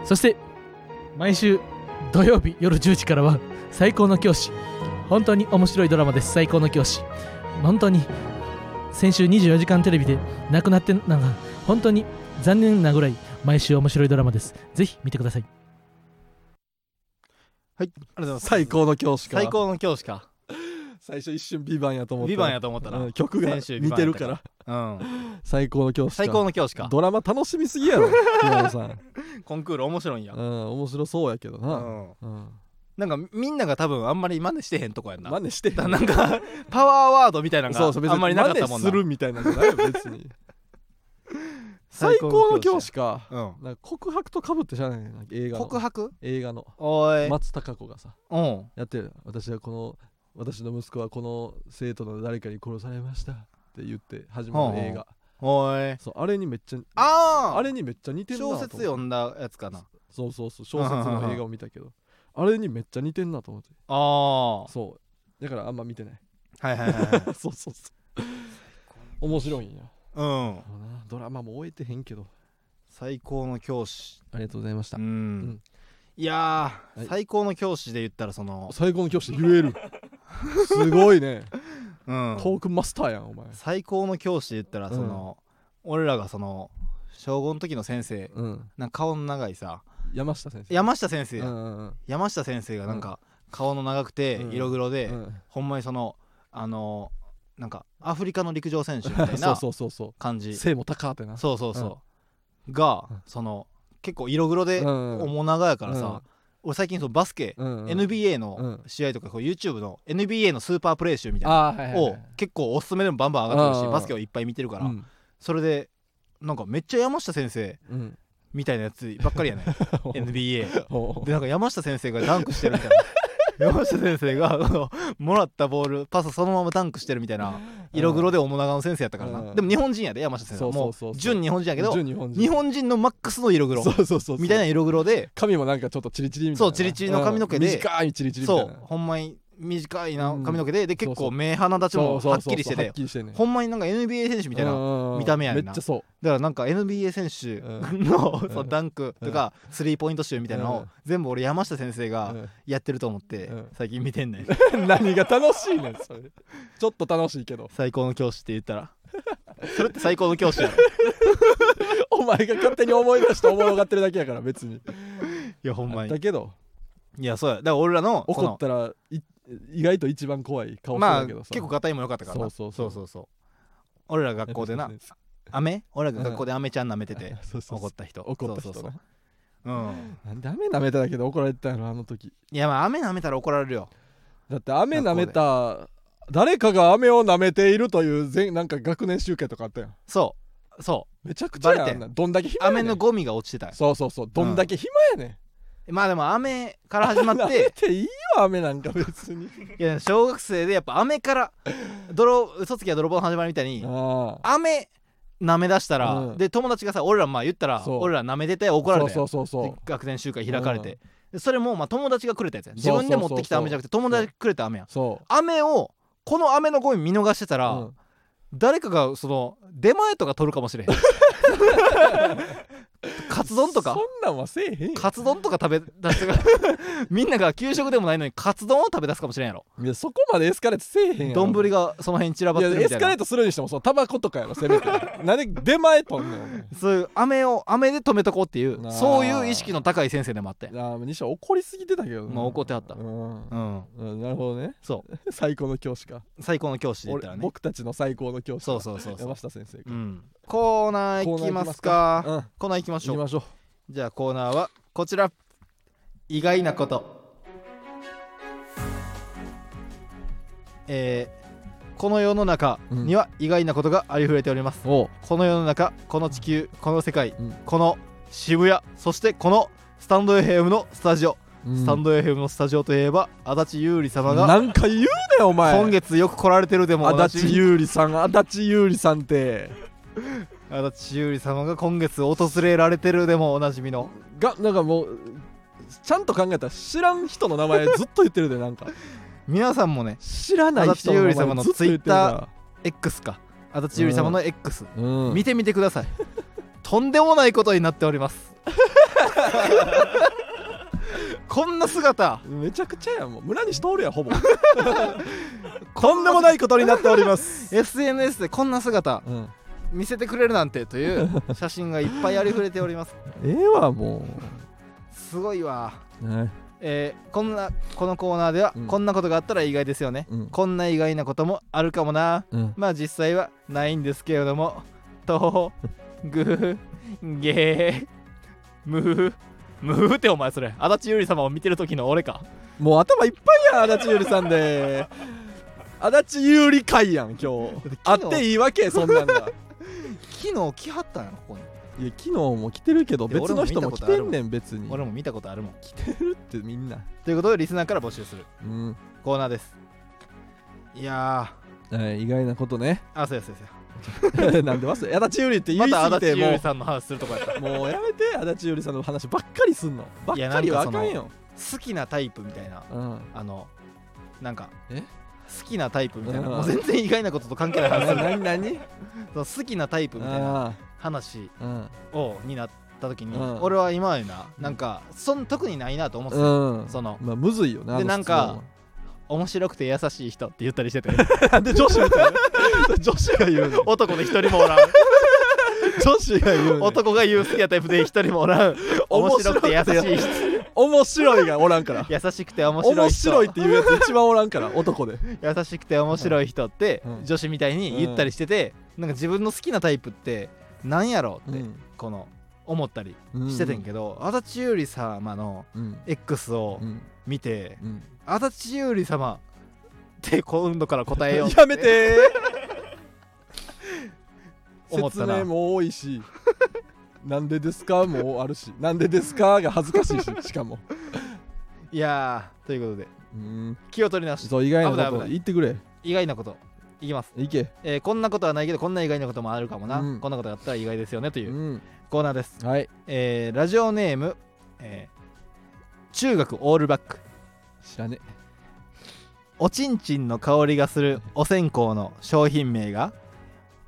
Speaker 3: そして毎週土曜日夜10時からは「最高の教師」本当に面白いドラマです「最高の教師」本当に先週『24時間テレビ』で亡くなってなんか本当に残念なぐらい毎週面白いドラマですぜひ見てください
Speaker 2: ありがとうございます
Speaker 1: 最高の教師か
Speaker 2: 最高の教師か
Speaker 1: 最初一瞬ビバンやと思った
Speaker 2: ビバンやと思ったら
Speaker 1: うん曲が
Speaker 2: 先週ビ
Speaker 1: 似
Speaker 2: バ
Speaker 1: て
Speaker 2: ンや
Speaker 1: る
Speaker 2: った
Speaker 1: か
Speaker 2: からうん
Speaker 1: 最高の教師か
Speaker 2: 最高の教師か
Speaker 1: ドラマ楽しみすぎやろ
Speaker 2: [laughs]
Speaker 1: 平野さん
Speaker 2: コンクール面白いんや
Speaker 1: うん面白そうやけど
Speaker 2: う
Speaker 1: な、
Speaker 2: ん
Speaker 1: うん、
Speaker 2: なんかみんなが多分あんまり真似してへんとこやんな
Speaker 1: 真似してへん
Speaker 2: だ [laughs] なんかパワーワードみたいな
Speaker 1: そうそう別
Speaker 2: のがあんまりなかった
Speaker 1: に真
Speaker 2: もん
Speaker 1: 似
Speaker 2: な
Speaker 1: するみたいなのじゃないよ別
Speaker 2: [laughs]
Speaker 1: に最高の教師か
Speaker 2: うん
Speaker 1: なんか告白とかぶってしゃあないねんな映画の
Speaker 2: 告白
Speaker 1: 映画の
Speaker 2: おい
Speaker 1: 松たか子がさ
Speaker 2: うん
Speaker 1: やってる私はこの私の息子はこの生徒の誰かに殺されましたって言って始まる映
Speaker 2: ほうほ
Speaker 1: 画
Speaker 2: おい
Speaker 1: そうあれにめっちゃ
Speaker 2: ああ
Speaker 1: あれにめっちゃ似てるなと
Speaker 2: 小
Speaker 1: 思って
Speaker 2: 説読んだやつかな
Speaker 1: そうそうそう小説の映画を見たけどあれにめっちゃ似てんなと思って
Speaker 2: ああは
Speaker 1: そうだからあんま見てない [laughs]
Speaker 2: いはいはいはい
Speaker 1: そうそうそう面白いんや
Speaker 2: うん
Speaker 1: もうなドラマも終えてへんけど
Speaker 2: 最高の教師
Speaker 1: ありがとうございました
Speaker 2: うん、
Speaker 1: ん
Speaker 2: いやー、
Speaker 1: はい
Speaker 2: 最高の教師で言ったらその、
Speaker 1: 最高の教師言 [laughs] えるすごいね
Speaker 2: うん、
Speaker 1: トークマスターやんお前
Speaker 2: 最高の教師で言ったらその、俺らがその小5の時の先生
Speaker 1: うん
Speaker 2: なんか顔の長いさ
Speaker 1: 山下先生
Speaker 2: 山下先生
Speaker 1: う
Speaker 2: や、
Speaker 1: んうん
Speaker 2: 山下先生がなんか顔の長くて
Speaker 1: うん
Speaker 2: 色黒で、
Speaker 1: うん
Speaker 2: ほんまにそのあのなんかアフリカの陸上選手みた
Speaker 1: うん [laughs]
Speaker 2: い
Speaker 1: そう
Speaker 2: な
Speaker 1: そうそうそ
Speaker 2: 感
Speaker 1: う
Speaker 2: じ
Speaker 1: 背も高ってな
Speaker 2: そうそうそう、が
Speaker 1: うん
Speaker 2: その結構色黒
Speaker 1: う
Speaker 2: で
Speaker 1: んうん
Speaker 2: 面長やからさ、俺最近そのバスケ、
Speaker 1: うんうん
Speaker 2: NBA
Speaker 1: う
Speaker 2: の
Speaker 1: ん
Speaker 2: 試合とかこう YouTube の NBA のスーパープレー集みたいな
Speaker 1: あーはいはいは
Speaker 2: を
Speaker 1: い
Speaker 2: 結構おすすめでもバンバン上がってる
Speaker 1: うん
Speaker 2: しバスケをいっぱい見てるから、
Speaker 1: うん
Speaker 2: それでなんかめっちゃ山下先生
Speaker 1: うん
Speaker 2: みたいなやつばっかりやね
Speaker 1: [laughs]
Speaker 2: NBA
Speaker 1: ほう
Speaker 2: でなんか山下先生がダンクしてる
Speaker 1: [laughs]
Speaker 2: みたいな山下先生があのもらったボールパスそのままダンクしてるみたいな色黒で面長の先生やったからな、
Speaker 1: うん
Speaker 2: でも日本人やで山下先生
Speaker 1: そう
Speaker 2: は
Speaker 1: そ
Speaker 2: も
Speaker 1: うそうそう
Speaker 2: う純日本人やけど
Speaker 1: 純日本人
Speaker 2: 日本人のマックスの色黒
Speaker 1: そうそうそうそう
Speaker 2: みたいな色黒で
Speaker 1: 髪もなんかちょっとチリチリみたいな
Speaker 2: そうチリチリの髪の毛で
Speaker 1: うん短いチリチリみた
Speaker 2: そ
Speaker 1: いな
Speaker 2: うほんまに短いな
Speaker 1: うん
Speaker 2: 髪の毛でで結
Speaker 1: そうそう
Speaker 2: 構目鼻立ちもはっきりして
Speaker 1: は
Speaker 2: て
Speaker 1: っきりしてんねん
Speaker 2: ほんまになんか NBA 選手みたいな
Speaker 1: な
Speaker 2: 見た目やねんな
Speaker 1: めっちゃそう [laughs]
Speaker 2: だからなんか NBA 選手
Speaker 1: うん
Speaker 2: の,、
Speaker 1: うん
Speaker 2: そのダンクとかスリーポイント集みたいなの
Speaker 1: う
Speaker 2: を
Speaker 1: ん
Speaker 2: 全部俺山下先生が
Speaker 1: うん
Speaker 2: やってると思って
Speaker 1: うん
Speaker 2: 最近見てんねん
Speaker 1: 何が楽しいねんそれちょっと楽しいけど [laughs]
Speaker 2: 最高の教師って言ったら [laughs] それって最高の教師
Speaker 1: [laughs]
Speaker 2: やろ
Speaker 1: お前が勝手に思い出しておもろがってるだけやから別に
Speaker 2: いやほんまに
Speaker 1: だけど
Speaker 2: いやそうやだから俺らのそ
Speaker 1: 怒
Speaker 2: の
Speaker 1: ったらい意外と一番怖い顔して
Speaker 2: ま
Speaker 1: た
Speaker 2: あ
Speaker 1: けどさ
Speaker 2: 結構ガタイも良かったからな
Speaker 1: そうそう
Speaker 2: そ
Speaker 1: そう
Speaker 2: そうそう俺ら学校
Speaker 1: [laughs]
Speaker 2: でな飴俺らが学校で飴ちゃん舐めてて
Speaker 1: そうそうそ
Speaker 2: 怒っ
Speaker 1: う
Speaker 2: た人
Speaker 1: 怒った人
Speaker 2: そう
Speaker 1: な
Speaker 2: そうそううん
Speaker 1: なんで雨舐めただけで怒られてたんやろあの時
Speaker 2: いやまあ飴舐めたら怒られるよ
Speaker 1: だって雨舐めた誰かが雨を舐めているという全なんか学年集会とかあったやん
Speaker 2: そうそ
Speaker 1: めちゃくちゃや
Speaker 2: バレて
Speaker 1: あんなんどんだけ暇やね
Speaker 2: 雨
Speaker 1: ん
Speaker 2: のゴミが落ちてたよ
Speaker 1: そうそうそうどんだけ暇やねん、
Speaker 2: まあでも雨から始
Speaker 1: [laughs]
Speaker 2: まっ
Speaker 1: 舐め
Speaker 2: て
Speaker 1: ていいよ雨なんか別
Speaker 2: [laughs]
Speaker 1: に
Speaker 2: いや小学生でやっぱ雨から泥嘘つきは泥棒の始まりみたいに
Speaker 1: あ
Speaker 2: 雨舐め出したら、
Speaker 1: うん
Speaker 2: で友達がさ俺らまあ言ったら
Speaker 1: そう
Speaker 2: 俺ら舐めてて怒
Speaker 1: あ
Speaker 2: られ
Speaker 1: そ
Speaker 2: た
Speaker 1: う
Speaker 2: やん
Speaker 1: そうそうそう
Speaker 2: で学年集会開かれて、でそれもまあ友達がくれたやつや
Speaker 1: そうそ
Speaker 2: 自
Speaker 1: うそう
Speaker 2: 分で持ってきた飴じゃなくて友達がくれた飴やん
Speaker 1: そう
Speaker 2: 飴をこの飴のゴミ見逃してたら、
Speaker 1: うん
Speaker 2: 誰かがその出前とか取るかもし
Speaker 1: [laughs]
Speaker 2: れへんカツ丼とか
Speaker 1: そんなんはせえへんよ
Speaker 2: カツ丼とか [laughs] 食べ出すがみんなが給食でもないのにカツ丼を食べ出すかもしれんやろ
Speaker 1: いやそこまでエスカレートせえへんやろ
Speaker 2: 丼がその辺に散らば
Speaker 1: い
Speaker 2: っ
Speaker 1: や
Speaker 2: てる
Speaker 1: エ
Speaker 2: みた
Speaker 1: ス
Speaker 2: い
Speaker 1: カレ
Speaker 2: な
Speaker 1: ートするにしてもそうタバコとかやろせ
Speaker 2: [laughs]
Speaker 1: めてなんで出前とんねんお前
Speaker 2: そういう飴を飴で止めとこうっていう
Speaker 1: あー
Speaker 2: そういう意識の高い先生でもあって
Speaker 1: あー西は怒りすぎてたけどな
Speaker 2: まあ怒ってはった
Speaker 1: うん、
Speaker 2: うん
Speaker 1: うん、なるほどね [laughs]
Speaker 2: そ
Speaker 1: 最高の教師か
Speaker 2: う最高の教師で言ったら
Speaker 1: 俺
Speaker 2: ね
Speaker 1: 僕たちの最高の教師
Speaker 2: そうそうそうそう
Speaker 1: 山下先生か
Speaker 2: うんコーナー行きますか
Speaker 1: うん
Speaker 2: コーナー行きまし
Speaker 1: 行き
Speaker 2: ょう
Speaker 1: ましょう
Speaker 2: じゃあコーナーはこちら意外なことえーこの世の中には意外なことがありふれております、
Speaker 1: おう
Speaker 2: この世の中この地球この世界、
Speaker 1: うん
Speaker 2: この渋谷そしてこのスタンド FM のスタジオ、スタン
Speaker 1: ド
Speaker 2: ド FM のスタジオといえば足立優里様が
Speaker 1: 何回言うねんお前
Speaker 2: 今月よく来られてるでもおな
Speaker 1: 足
Speaker 2: じ
Speaker 1: 立
Speaker 2: み
Speaker 1: 優里さん足立優里さんって
Speaker 2: 足立優里様が今月訪れられてるでもおなじみの
Speaker 1: がなんかもうちゃんと考えたら知らん人の名前ずっと言ってるでなんか
Speaker 2: 皆さんもね
Speaker 1: 知らない人の名前ずっと言ってるから
Speaker 2: X か足立優里様の X、
Speaker 1: うん
Speaker 2: 見てみてくださいとんでもないことになっております
Speaker 1: [laughs]
Speaker 2: こんな
Speaker 1: [laughs]
Speaker 2: 姿
Speaker 1: めちゃくちゃやんもう村西通るやんほぼ [laughs] とんでもないことになっております、
Speaker 2: SNS でこんな姿
Speaker 1: [laughs] うん、
Speaker 2: 見せてくれるなんてと [laughs] いう写真がいっぱいありふれております
Speaker 1: ええわも
Speaker 2: すごいわ、
Speaker 1: う、ね
Speaker 2: えーこんなこのコーナーでは
Speaker 1: うん
Speaker 2: こんなことがあったら意外ですよね、
Speaker 1: うん
Speaker 2: こんな意外なこともあるかもな
Speaker 1: うん、
Speaker 2: まあ実際はないんですけれどもとぐげむむふってお前それ足立優里様を見てる時の俺か
Speaker 1: もう頭いっぱいやん足立ゆりさんで足立ゆり会やん今日あ
Speaker 2: だ
Speaker 1: って
Speaker 2: っ昨日
Speaker 1: ていいわけそんなんが
Speaker 2: 昨日来はったんやろここに
Speaker 1: いや昨日も来てるけど
Speaker 2: いや
Speaker 1: 別の人も来てんねん別に
Speaker 2: 俺も見たことあるもん
Speaker 1: 来てるってみんな
Speaker 2: ということでリスナーから募集する
Speaker 1: うん、
Speaker 2: コーナーですいや
Speaker 1: えー意外なことね [laughs]
Speaker 2: ーあそうやそうやそうや
Speaker 1: なんで忘れ足立ゆりって言い
Speaker 2: ま
Speaker 1: 過
Speaker 2: た
Speaker 1: ぎて
Speaker 2: 足立優
Speaker 1: も
Speaker 2: 里さんの話するとこやった
Speaker 1: うもうやめて足立ゆりさんの話ばっかりすんのばっ
Speaker 2: いや
Speaker 1: かりは
Speaker 2: な
Speaker 1: あ
Speaker 2: んか
Speaker 1: か
Speaker 2: その
Speaker 1: んよ、
Speaker 2: 好きなタイプみたいな
Speaker 1: うん、
Speaker 2: あのなんか
Speaker 1: え
Speaker 2: 好きなタイプみたいな
Speaker 1: うん
Speaker 2: もう全然意外なことと関係ない話す
Speaker 1: な
Speaker 2: る
Speaker 1: なに
Speaker 2: [laughs]
Speaker 1: なに
Speaker 2: その好きなタイプみたいな
Speaker 1: あ
Speaker 2: 話
Speaker 1: あうん
Speaker 2: をになった時に、
Speaker 1: うん
Speaker 2: 俺は今までななんかそん特にないなと思ってた、
Speaker 1: うん
Speaker 2: その
Speaker 1: まあむずいよなあの
Speaker 2: で
Speaker 1: 質問
Speaker 2: なんか面白くて優しい人って言ったりしてて
Speaker 1: なんで女子 [laughs] みたいな [laughs] 女子が言うの
Speaker 2: 男の一人もおらん
Speaker 1: [laughs] 女子が言うの
Speaker 2: 男が言う好きなタイプで一人もおらん面白くて優しい人
Speaker 1: 面白いがおらんから
Speaker 2: 優しくて面白い
Speaker 1: 面
Speaker 2: 人
Speaker 1: 白いっていうやつ一番おらんから男
Speaker 2: [laughs]
Speaker 1: で
Speaker 2: 優しくて面白い人って、
Speaker 1: うん
Speaker 2: 女子みたいに言ったりしてて、なんか自分の好きなタイプってなんやろうって、この思ったりしててんけど、足立優里様の
Speaker 1: どうん
Speaker 2: X を
Speaker 1: うん
Speaker 2: 見て、
Speaker 1: うん
Speaker 2: 足立優里様って今度から答えよう
Speaker 1: [laughs] やめてー
Speaker 2: [laughs] 思った
Speaker 1: 説
Speaker 2: な
Speaker 1: 明も多いしなんでですかもあるしなんでですかが恥ずか
Speaker 2: [laughs]
Speaker 1: しいししかも
Speaker 2: いやーということで
Speaker 1: うん
Speaker 2: 気を取り直して
Speaker 1: そう意外なこ
Speaker 2: 危ない
Speaker 1: と
Speaker 2: 危な
Speaker 1: 言ってくれ
Speaker 2: 意外なこといきます、
Speaker 1: いけ
Speaker 2: えーこんなことはないけどこんな意外なこともあるかもな、
Speaker 1: うん
Speaker 2: こんなことがあったら意外ですよねといううんコーナーです、
Speaker 1: はい
Speaker 2: えーラジオネーム、えー中学オールバック
Speaker 1: 知らね
Speaker 2: おちんちんの香りがするお線香の商品名が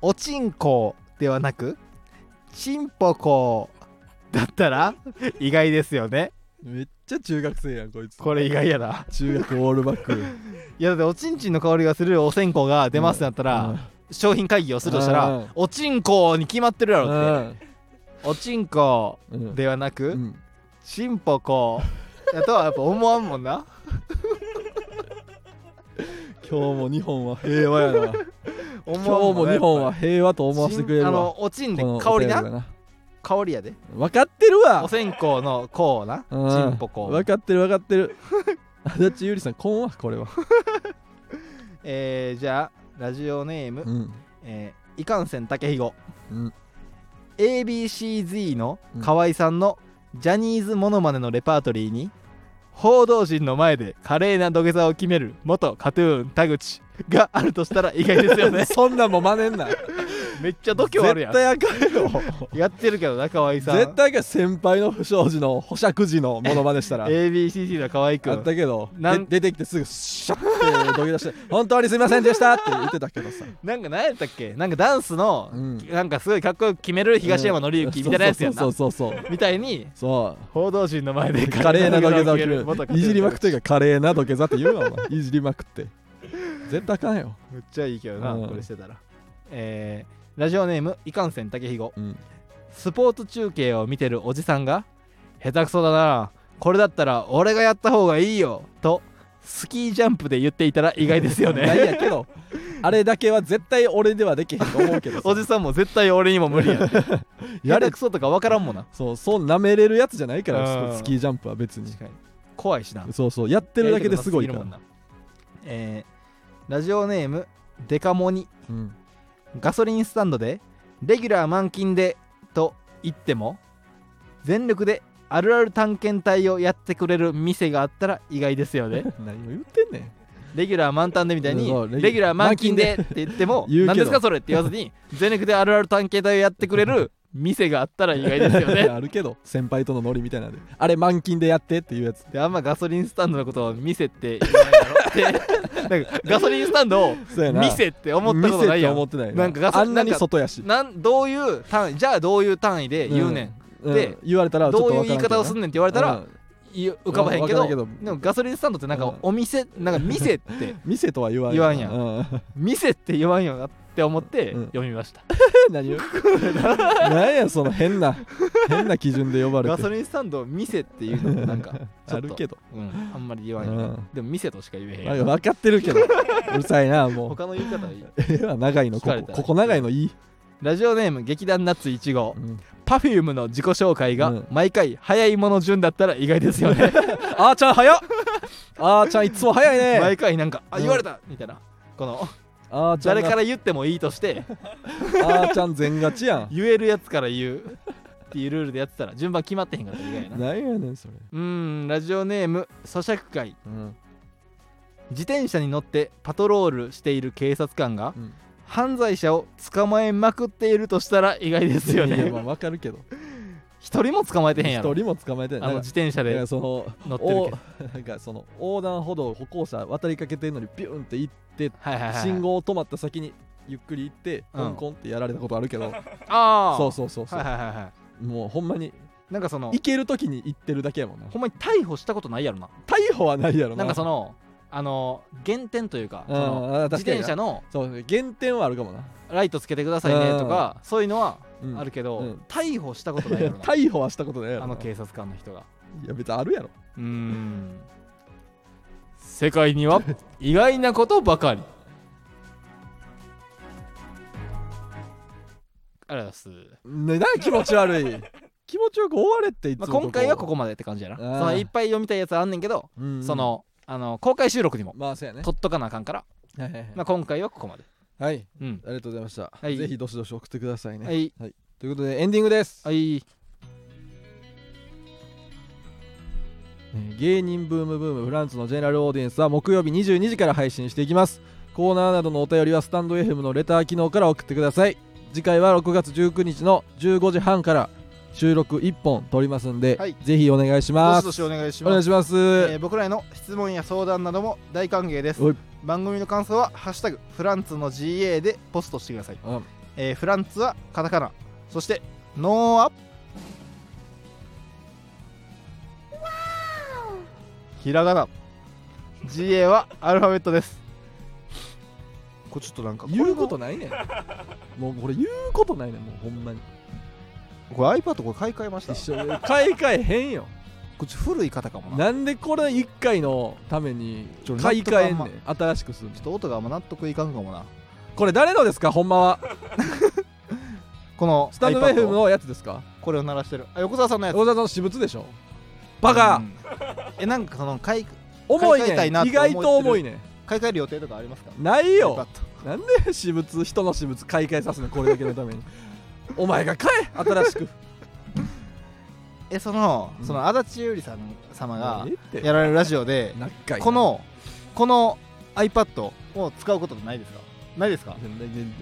Speaker 2: おちんこうではなくちんぽこうだったら意外ですよね
Speaker 1: めっちゃ中学生やんこいつ
Speaker 2: これ意外やな
Speaker 1: 中学オールバック
Speaker 2: いやだっておちんちんの香りがするお線香が出ますってなったら、
Speaker 1: うん
Speaker 2: 商品会議をするとした
Speaker 1: う
Speaker 2: ら
Speaker 1: ん
Speaker 2: おちんこに決まってるや
Speaker 1: う
Speaker 2: ろって
Speaker 1: ん
Speaker 2: おちんこ
Speaker 1: うん
Speaker 2: ではなく、
Speaker 1: うん
Speaker 2: ちんぽこやとはやっぱ思わんもんな
Speaker 1: 今日も日本は平和
Speaker 2: [laughs]
Speaker 1: やな
Speaker 2: 思
Speaker 1: 今日
Speaker 2: わん
Speaker 1: も
Speaker 2: な
Speaker 1: 日本は平和と思わせてくれる
Speaker 2: ちんあ
Speaker 1: わ
Speaker 2: のおちんで
Speaker 1: この
Speaker 2: 香り
Speaker 1: お便
Speaker 2: な
Speaker 1: が
Speaker 2: 香りやで
Speaker 1: 分かってるわ
Speaker 2: お線香のこうな
Speaker 1: うん
Speaker 2: ちんぽこ
Speaker 1: 分かってる分かってる [laughs] 足立ゆりさんこんわこれは
Speaker 2: えー、じゃあラジオネーム、
Speaker 1: うん
Speaker 2: えーいかんせんたけひご
Speaker 1: うん
Speaker 2: ABCZ の河合さんのジャニーズモノマネのレパートリーに報道陣の前で華麗な土下座を決める元カトゥーン田口があるとしたら意外ですよ
Speaker 1: [laughs] [laughs]
Speaker 2: ね
Speaker 1: そんなんも真似んな
Speaker 2: めっちゃ度胸あるやん
Speaker 1: 絶対あかんよ
Speaker 2: やってるけどな河合さん
Speaker 1: 絶対あかん先輩の不祥事の保釈時のモノマネしたら
Speaker 2: ABCC の河合く
Speaker 1: あっ
Speaker 2: ん
Speaker 1: たけど
Speaker 2: な
Speaker 1: で
Speaker 2: ん
Speaker 1: 出てきてすぐシャッて土下座して「本当にすいませんでした」って言ってたけどさ
Speaker 2: なんか何やったっけなんかダンスの、
Speaker 1: うん
Speaker 2: なんかすごいかっこよく決める東山紀之みたいなやつやんな、
Speaker 1: そうそうそうそう
Speaker 2: みたいに
Speaker 1: そう
Speaker 2: 報道陣の前で
Speaker 1: 華麗な土下座を決める
Speaker 2: 元。カトゥーン田口
Speaker 1: いじりまくってるから華麗な土下座って言うな、お
Speaker 2: [laughs]
Speaker 1: 前。いじりまくって。絶対あかんよ。
Speaker 2: むっちゃいいけどな、
Speaker 1: うん
Speaker 2: これしてたらえー、ラジオネームいかんせんたけひご
Speaker 1: うん。
Speaker 2: スポーツ中継を見てるおじさんが下手くそだなこれだったら俺がやった方がいいよとスキージャンプで言っていたら意外です
Speaker 1: [laughs]
Speaker 2: よ
Speaker 1: ない
Speaker 2: ね
Speaker 1: やけど、あれだけは絶対俺ではできへんと思うけどさ
Speaker 2: [laughs] おじさんも絶対俺にも無理やん [laughs] や
Speaker 1: やれ
Speaker 2: れくそとか分からんもんな
Speaker 1: そう、そう舐めれるやつじゃないか
Speaker 2: う
Speaker 1: ら、
Speaker 2: ん
Speaker 1: スキージャンプは別に
Speaker 2: 確。かに怖いしな
Speaker 1: そうそう、やってるだけですごいか
Speaker 2: やりたくな
Speaker 1: ら
Speaker 2: さすぎるもん。なえー、ラジオネームデカモニ
Speaker 1: うん
Speaker 2: ガソリンスタンドでレギュラー満勤でと言っても全力であるある探検隊をやってくれる店があったら意外です
Speaker 1: [laughs]
Speaker 2: よね
Speaker 1: 何を言ってんねん。
Speaker 2: レギュラー満タンでみたいに
Speaker 1: そうレギュ
Speaker 2: レギュラー満勤でって言っても
Speaker 1: 言うけど
Speaker 2: 何ですかそれって言わずに全力であるある探検隊をやってくれる店があったら意外ですよね
Speaker 1: [laughs] あるけど、先輩とのノリみたいなんで。あれ満勤でやってっていうやつ。
Speaker 2: であんまガソリンスタンドのことを店って言
Speaker 1: [laughs]
Speaker 2: わないだろってなんかガソリンスタンドを
Speaker 1: そうやな。
Speaker 2: 店って思ったことな
Speaker 1: 店
Speaker 2: いや
Speaker 1: と
Speaker 2: ん
Speaker 1: 思ってない
Speaker 2: なんかガソ
Speaker 1: あんなに
Speaker 2: なんか
Speaker 1: 外やし。
Speaker 2: なんどういう単位じゃあどういう単位で言うねん、
Speaker 1: うん
Speaker 2: で
Speaker 1: 言われたらちょっ
Speaker 2: ど
Speaker 1: と
Speaker 2: ういう
Speaker 1: わからん
Speaker 2: 言い
Speaker 1: けどな、
Speaker 2: 方をすんねんって言われたら、
Speaker 1: うん、
Speaker 2: いや浮かばへんけど
Speaker 1: うんわからんけど
Speaker 2: でもガソリンスタンドってなん
Speaker 1: う
Speaker 2: か
Speaker 1: ん
Speaker 2: お店、なんか店って
Speaker 1: [laughs] 店とは言わん [laughs]
Speaker 2: 言わんやん
Speaker 1: う
Speaker 2: 店って言わんよなって思って
Speaker 1: うん
Speaker 2: 読みました、 [laughs]
Speaker 1: 何を何やその変な変な基準で呼ばれ
Speaker 2: ガ
Speaker 1: て
Speaker 2: ソリンスタンドを店っていうのもなん
Speaker 1: [laughs]
Speaker 2: かちょ
Speaker 1: あ
Speaker 2: っと
Speaker 1: るけど、
Speaker 2: うん、あんまり言
Speaker 1: う
Speaker 2: わんよな、
Speaker 1: ん、
Speaker 2: でも店としか言えへん
Speaker 1: あ
Speaker 2: よな
Speaker 1: 分かってる
Speaker 2: [laughs]
Speaker 1: けどうるさいなもう
Speaker 2: 他の言い方はいい
Speaker 1: ええわ [laughs] 長いの
Speaker 2: 聞か
Speaker 1: こ
Speaker 2: れた
Speaker 1: こ
Speaker 2: ら
Speaker 1: ここ長いのいい、
Speaker 2: ラジオネーム劇団ナッツ1号
Speaker 1: うん
Speaker 2: パフュームの自己紹介
Speaker 1: う
Speaker 2: が
Speaker 1: ん
Speaker 2: 毎回早いもの順だったら意外です
Speaker 1: [laughs]
Speaker 2: よね
Speaker 1: あーちゃん早っあーちゃんいつも早いね
Speaker 2: 毎回なんかあ
Speaker 1: うん
Speaker 2: 言われたみたいなこの
Speaker 1: あーちゃん
Speaker 2: 誰
Speaker 1: が
Speaker 2: から言ってもいいとして
Speaker 1: あーちゃん全勝ちやん
Speaker 2: [laughs] 言えるやつから言うっていうルールでやってたら順番決まってへんから意外やな
Speaker 1: 何やねんそれ、
Speaker 2: うーんラジオネーム咀嚼会
Speaker 1: うん
Speaker 2: 自転車に乗ってパトロールしている警察官が
Speaker 1: うん
Speaker 2: 犯罪者を捕まえまくっているとしたら意外ですよ
Speaker 1: いや
Speaker 2: ね
Speaker 1: まあ分かるけど
Speaker 2: 一人も捕まえてへんや
Speaker 1: 一
Speaker 2: ろ
Speaker 1: 人も捕まえて
Speaker 2: あ
Speaker 1: ない
Speaker 2: の
Speaker 1: なん
Speaker 2: 自
Speaker 1: か
Speaker 2: 転車
Speaker 1: い
Speaker 2: で
Speaker 1: やその
Speaker 2: 乗ってるけど
Speaker 1: おなんかその横断歩道歩行者渡りかけてるのにビューンって行って
Speaker 2: はいはいはい
Speaker 1: 信号止まった先にゆっくり行って
Speaker 2: うん
Speaker 1: コンコンってやられたことあるけど
Speaker 2: ああ
Speaker 1: そうそうそうそ
Speaker 2: はいうはいはいは
Speaker 1: もうほんまに
Speaker 2: いなんかその
Speaker 1: 行ける時に行ってるだけやもんな
Speaker 2: ほんまに逮捕したことないやろな
Speaker 1: 逮捕はないやろ
Speaker 2: なんかそ
Speaker 1: の
Speaker 2: のあの減点というかその自転車
Speaker 1: の
Speaker 2: の
Speaker 1: そう減点はあるかもな
Speaker 2: ライトつけてくださいねとかそういうのは
Speaker 1: うん
Speaker 2: あるけ
Speaker 1: う
Speaker 2: ど
Speaker 1: ん
Speaker 2: 逮捕したことないやろ
Speaker 1: [laughs]
Speaker 2: な
Speaker 1: 逮捕はしたことないやろ
Speaker 2: あの
Speaker 1: な
Speaker 2: 警察官の人が
Speaker 1: いや別にあるやろ
Speaker 2: うー
Speaker 1: [laughs]
Speaker 2: ん世界には意外なことばかりありがとうございます、
Speaker 1: ねな気持ち悪
Speaker 2: [laughs]
Speaker 1: い気持ちよく終われっていつ
Speaker 2: ま
Speaker 1: も
Speaker 2: あ、今回はここまでって感じやな
Speaker 1: あ
Speaker 2: そ
Speaker 1: ー
Speaker 2: のいっぱい読みたいやつあんねんけど、
Speaker 1: うん
Speaker 2: そのあの公開収録にも
Speaker 1: まあそうやね
Speaker 2: 取っとかなあかんから、
Speaker 1: はいはいはい
Speaker 2: まあ、今回はここまで
Speaker 1: はい
Speaker 2: うん
Speaker 1: ありがとうございました、
Speaker 2: はい
Speaker 1: ぜひどしどし送ってくださいね、
Speaker 2: はい
Speaker 1: ということでエンディングです、
Speaker 2: はい
Speaker 1: えー芸人ブームブームフランツのジェネラルオーディエンスは木曜日22時から配信していきますコーナーなどのお便りはスタンド FM のレター機能から送ってください次回は6月19日の15時半から収録1本撮りますんで、
Speaker 2: はい
Speaker 1: ぜひお願いします
Speaker 2: しお願いし
Speaker 1: お願いします、
Speaker 2: えー僕らへの質問や相談なども大歓迎です
Speaker 1: おい
Speaker 2: 番組の感想は「ハッシュタグフランツの GA」でポストしてください、
Speaker 1: うん
Speaker 2: えーフランツはカタカナそしてノーアひらがな GA はアルファベットですこれちょっとなんか
Speaker 1: 言うことないねんもうこれ言うことないねんもうほんまに
Speaker 2: これ iPad これ買い替えましたこ
Speaker 1: 一緒に買い替えへんよ
Speaker 2: っち古い方かもな
Speaker 1: なんでこれ1回のために
Speaker 2: ちょ
Speaker 1: 買い替えん
Speaker 2: 納
Speaker 1: ねん新しくするの
Speaker 2: ちょっと音があんま納得いかんかもな
Speaker 1: これ誰のですかほんまは
Speaker 2: この
Speaker 1: スタンド
Speaker 2: iPad
Speaker 1: FM のやつですか
Speaker 2: これを鳴らしてるあ横澤さんのやつ
Speaker 1: 小田さんの私物でしょバカ、
Speaker 2: うんえなんかその買い
Speaker 1: 重い
Speaker 2: 買い替えた
Speaker 1: ね
Speaker 2: いなっ
Speaker 1: 意
Speaker 2: て思ってる
Speaker 1: 外と重いね
Speaker 2: 買い替える予定とかありますか
Speaker 1: ないよ
Speaker 2: iPad
Speaker 1: なんで私物人の私物買い替えさすのこれだけのためにお前が買え新 [laughs] しく
Speaker 2: えその
Speaker 1: うん
Speaker 2: その足立優里さん様が
Speaker 1: ええって
Speaker 2: やられるラジオで
Speaker 1: 仲いいな
Speaker 2: このこの iPad を使うことないですかないですか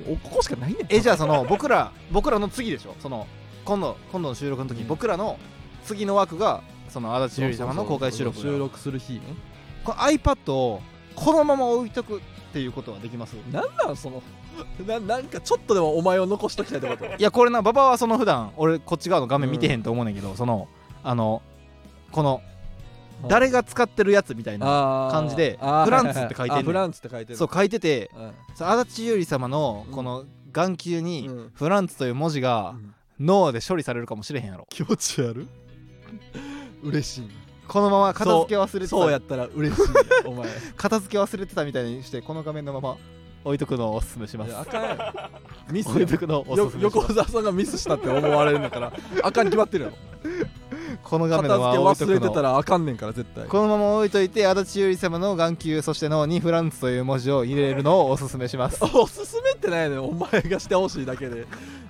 Speaker 1: おここしかないねん
Speaker 2: えじゃあその僕ら僕らの次でしょその今度今度の収録の時、
Speaker 1: うん
Speaker 2: 僕らの次の枠がその足立優里様の公開収録だ
Speaker 1: 収録する日ね
Speaker 2: この iPad をこのまま置いとくっていうことはできます
Speaker 1: なんなんそのななんかちょっとでもお前を残しときたいってこと
Speaker 2: いやこれな馬場はその普段俺こっち側の画面見てへんと思うねんけど、そのあのこの誰が使ってるやつみたいな
Speaker 1: 感
Speaker 2: 感じでフランツって書いてんねん
Speaker 1: フランツって書いてる
Speaker 2: そう書いてて
Speaker 1: うん
Speaker 2: その足立優里様の
Speaker 1: うん
Speaker 2: この眼球に
Speaker 1: うん
Speaker 2: 「フランツ」という文字が脳で処理されるかもしれへんやろ
Speaker 1: 気持ち悪嬉しい
Speaker 2: このまま片付け忘れてた
Speaker 1: そうやったら嬉しいよお
Speaker 2: [laughs]
Speaker 1: 前
Speaker 2: 片付け忘れてたみたいにしてこの画面のまま置いとくのをおすすめしま
Speaker 1: い
Speaker 2: す
Speaker 1: やあかんやろミス
Speaker 2: 置いとくのをおす
Speaker 1: よ
Speaker 2: すめしま
Speaker 1: 横
Speaker 2: す
Speaker 1: 澤さんがミスしたって思われるんだ
Speaker 2: [laughs]
Speaker 1: からあかんに決まってるやろ
Speaker 2: この画
Speaker 1: 片付け
Speaker 2: 面のまま置い
Speaker 1: 忘
Speaker 2: と
Speaker 1: れて
Speaker 2: く
Speaker 1: た
Speaker 2: の
Speaker 1: らあかんねんから絶対
Speaker 2: このまま置いといて足立優里様の眼球そして脳に「フランツ」という文字を入れるのをおすすめします
Speaker 1: おすすめってないのよお前がしてほしいだけで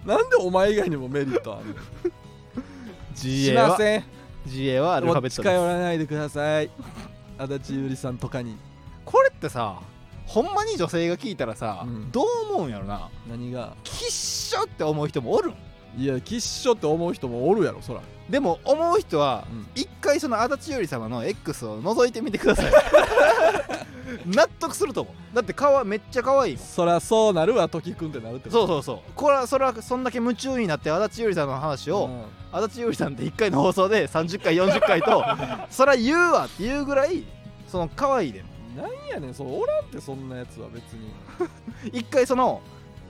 Speaker 1: なんでお前以外にもメリットあるのし
Speaker 2: GA
Speaker 1: ま
Speaker 2: は
Speaker 1: せん
Speaker 2: GA はアルファベット
Speaker 1: 近
Speaker 2: です
Speaker 1: 寄らないでください [laughs] 足立ゆりさんとかに
Speaker 2: これってさほんまに女性が聞いたらさ、
Speaker 1: うん
Speaker 2: どう思うんやろな
Speaker 1: 何が
Speaker 2: きっしょって思う人もおるん
Speaker 1: いやきっしょって思う人もおるやろそら、
Speaker 2: でも思う人は
Speaker 1: うん
Speaker 2: 一回その足立優里様の X を覗いてみてくだ
Speaker 1: [laughs]
Speaker 2: さい納得すると思うだって顔はめっちゃ可愛いもん
Speaker 1: そらそうなるわ時くんってなるって
Speaker 2: そうそうそうこれはそれはそんだけ夢中になって足立優里さんの話を、
Speaker 1: ん
Speaker 2: 足立優里さんって1回の放送で30回40
Speaker 1: [laughs]
Speaker 2: 回とそりゃ言うわっていうぐらいその可愛いでも
Speaker 1: なんやねんそうおらんってそんなやつは別に
Speaker 2: 一回その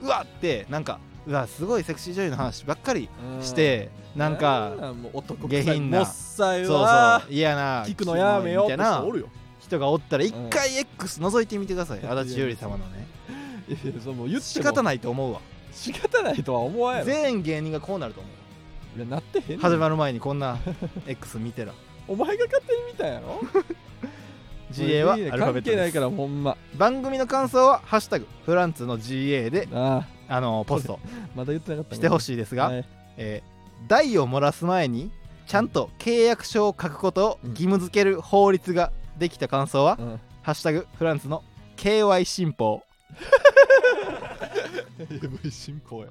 Speaker 2: うわってなんかうわすごいセクシー女優の話ばっかり
Speaker 1: うん
Speaker 2: してなんか
Speaker 1: もう男
Speaker 2: 下品な
Speaker 1: もっさ
Speaker 2: そ
Speaker 1: いうわ
Speaker 2: そう嫌な
Speaker 1: 聞くのやめようっ
Speaker 2: みた
Speaker 1: て
Speaker 2: い
Speaker 1: 人
Speaker 2: な
Speaker 1: おるよ
Speaker 2: 人がおったら一回 X 覗いてみてください
Speaker 1: うん
Speaker 2: 足立優里様のね
Speaker 1: いやいやそうもう言っても
Speaker 2: 仕方ないと思うわ
Speaker 1: 仕方ないとは思わんやろ
Speaker 2: 全芸人がこうなると思う
Speaker 1: いやなってへんねん
Speaker 2: 始まる前にこんな X 見
Speaker 1: [laughs]
Speaker 2: てら
Speaker 1: お前が勝手に見たんやろ
Speaker 2: GA はア
Speaker 1: い
Speaker 2: ル
Speaker 1: いね
Speaker 2: ファベ
Speaker 1: 関
Speaker 2: ット
Speaker 1: 係な
Speaker 2: で
Speaker 1: い
Speaker 2: す
Speaker 1: からほんま
Speaker 2: 番組の感想は「ハッシュタグフランツの GA で」
Speaker 1: あ
Speaker 2: あのポスト
Speaker 1: あまだ言ってなかった
Speaker 2: してほ
Speaker 1: い
Speaker 2: しいですが、
Speaker 1: はい
Speaker 2: えー代を漏らす前にちゃんと契約書を書くことを義務付ける法律ができた感想は
Speaker 1: うん
Speaker 2: 「ハッシュタグフランツの KY 新法
Speaker 1: AV 進行や」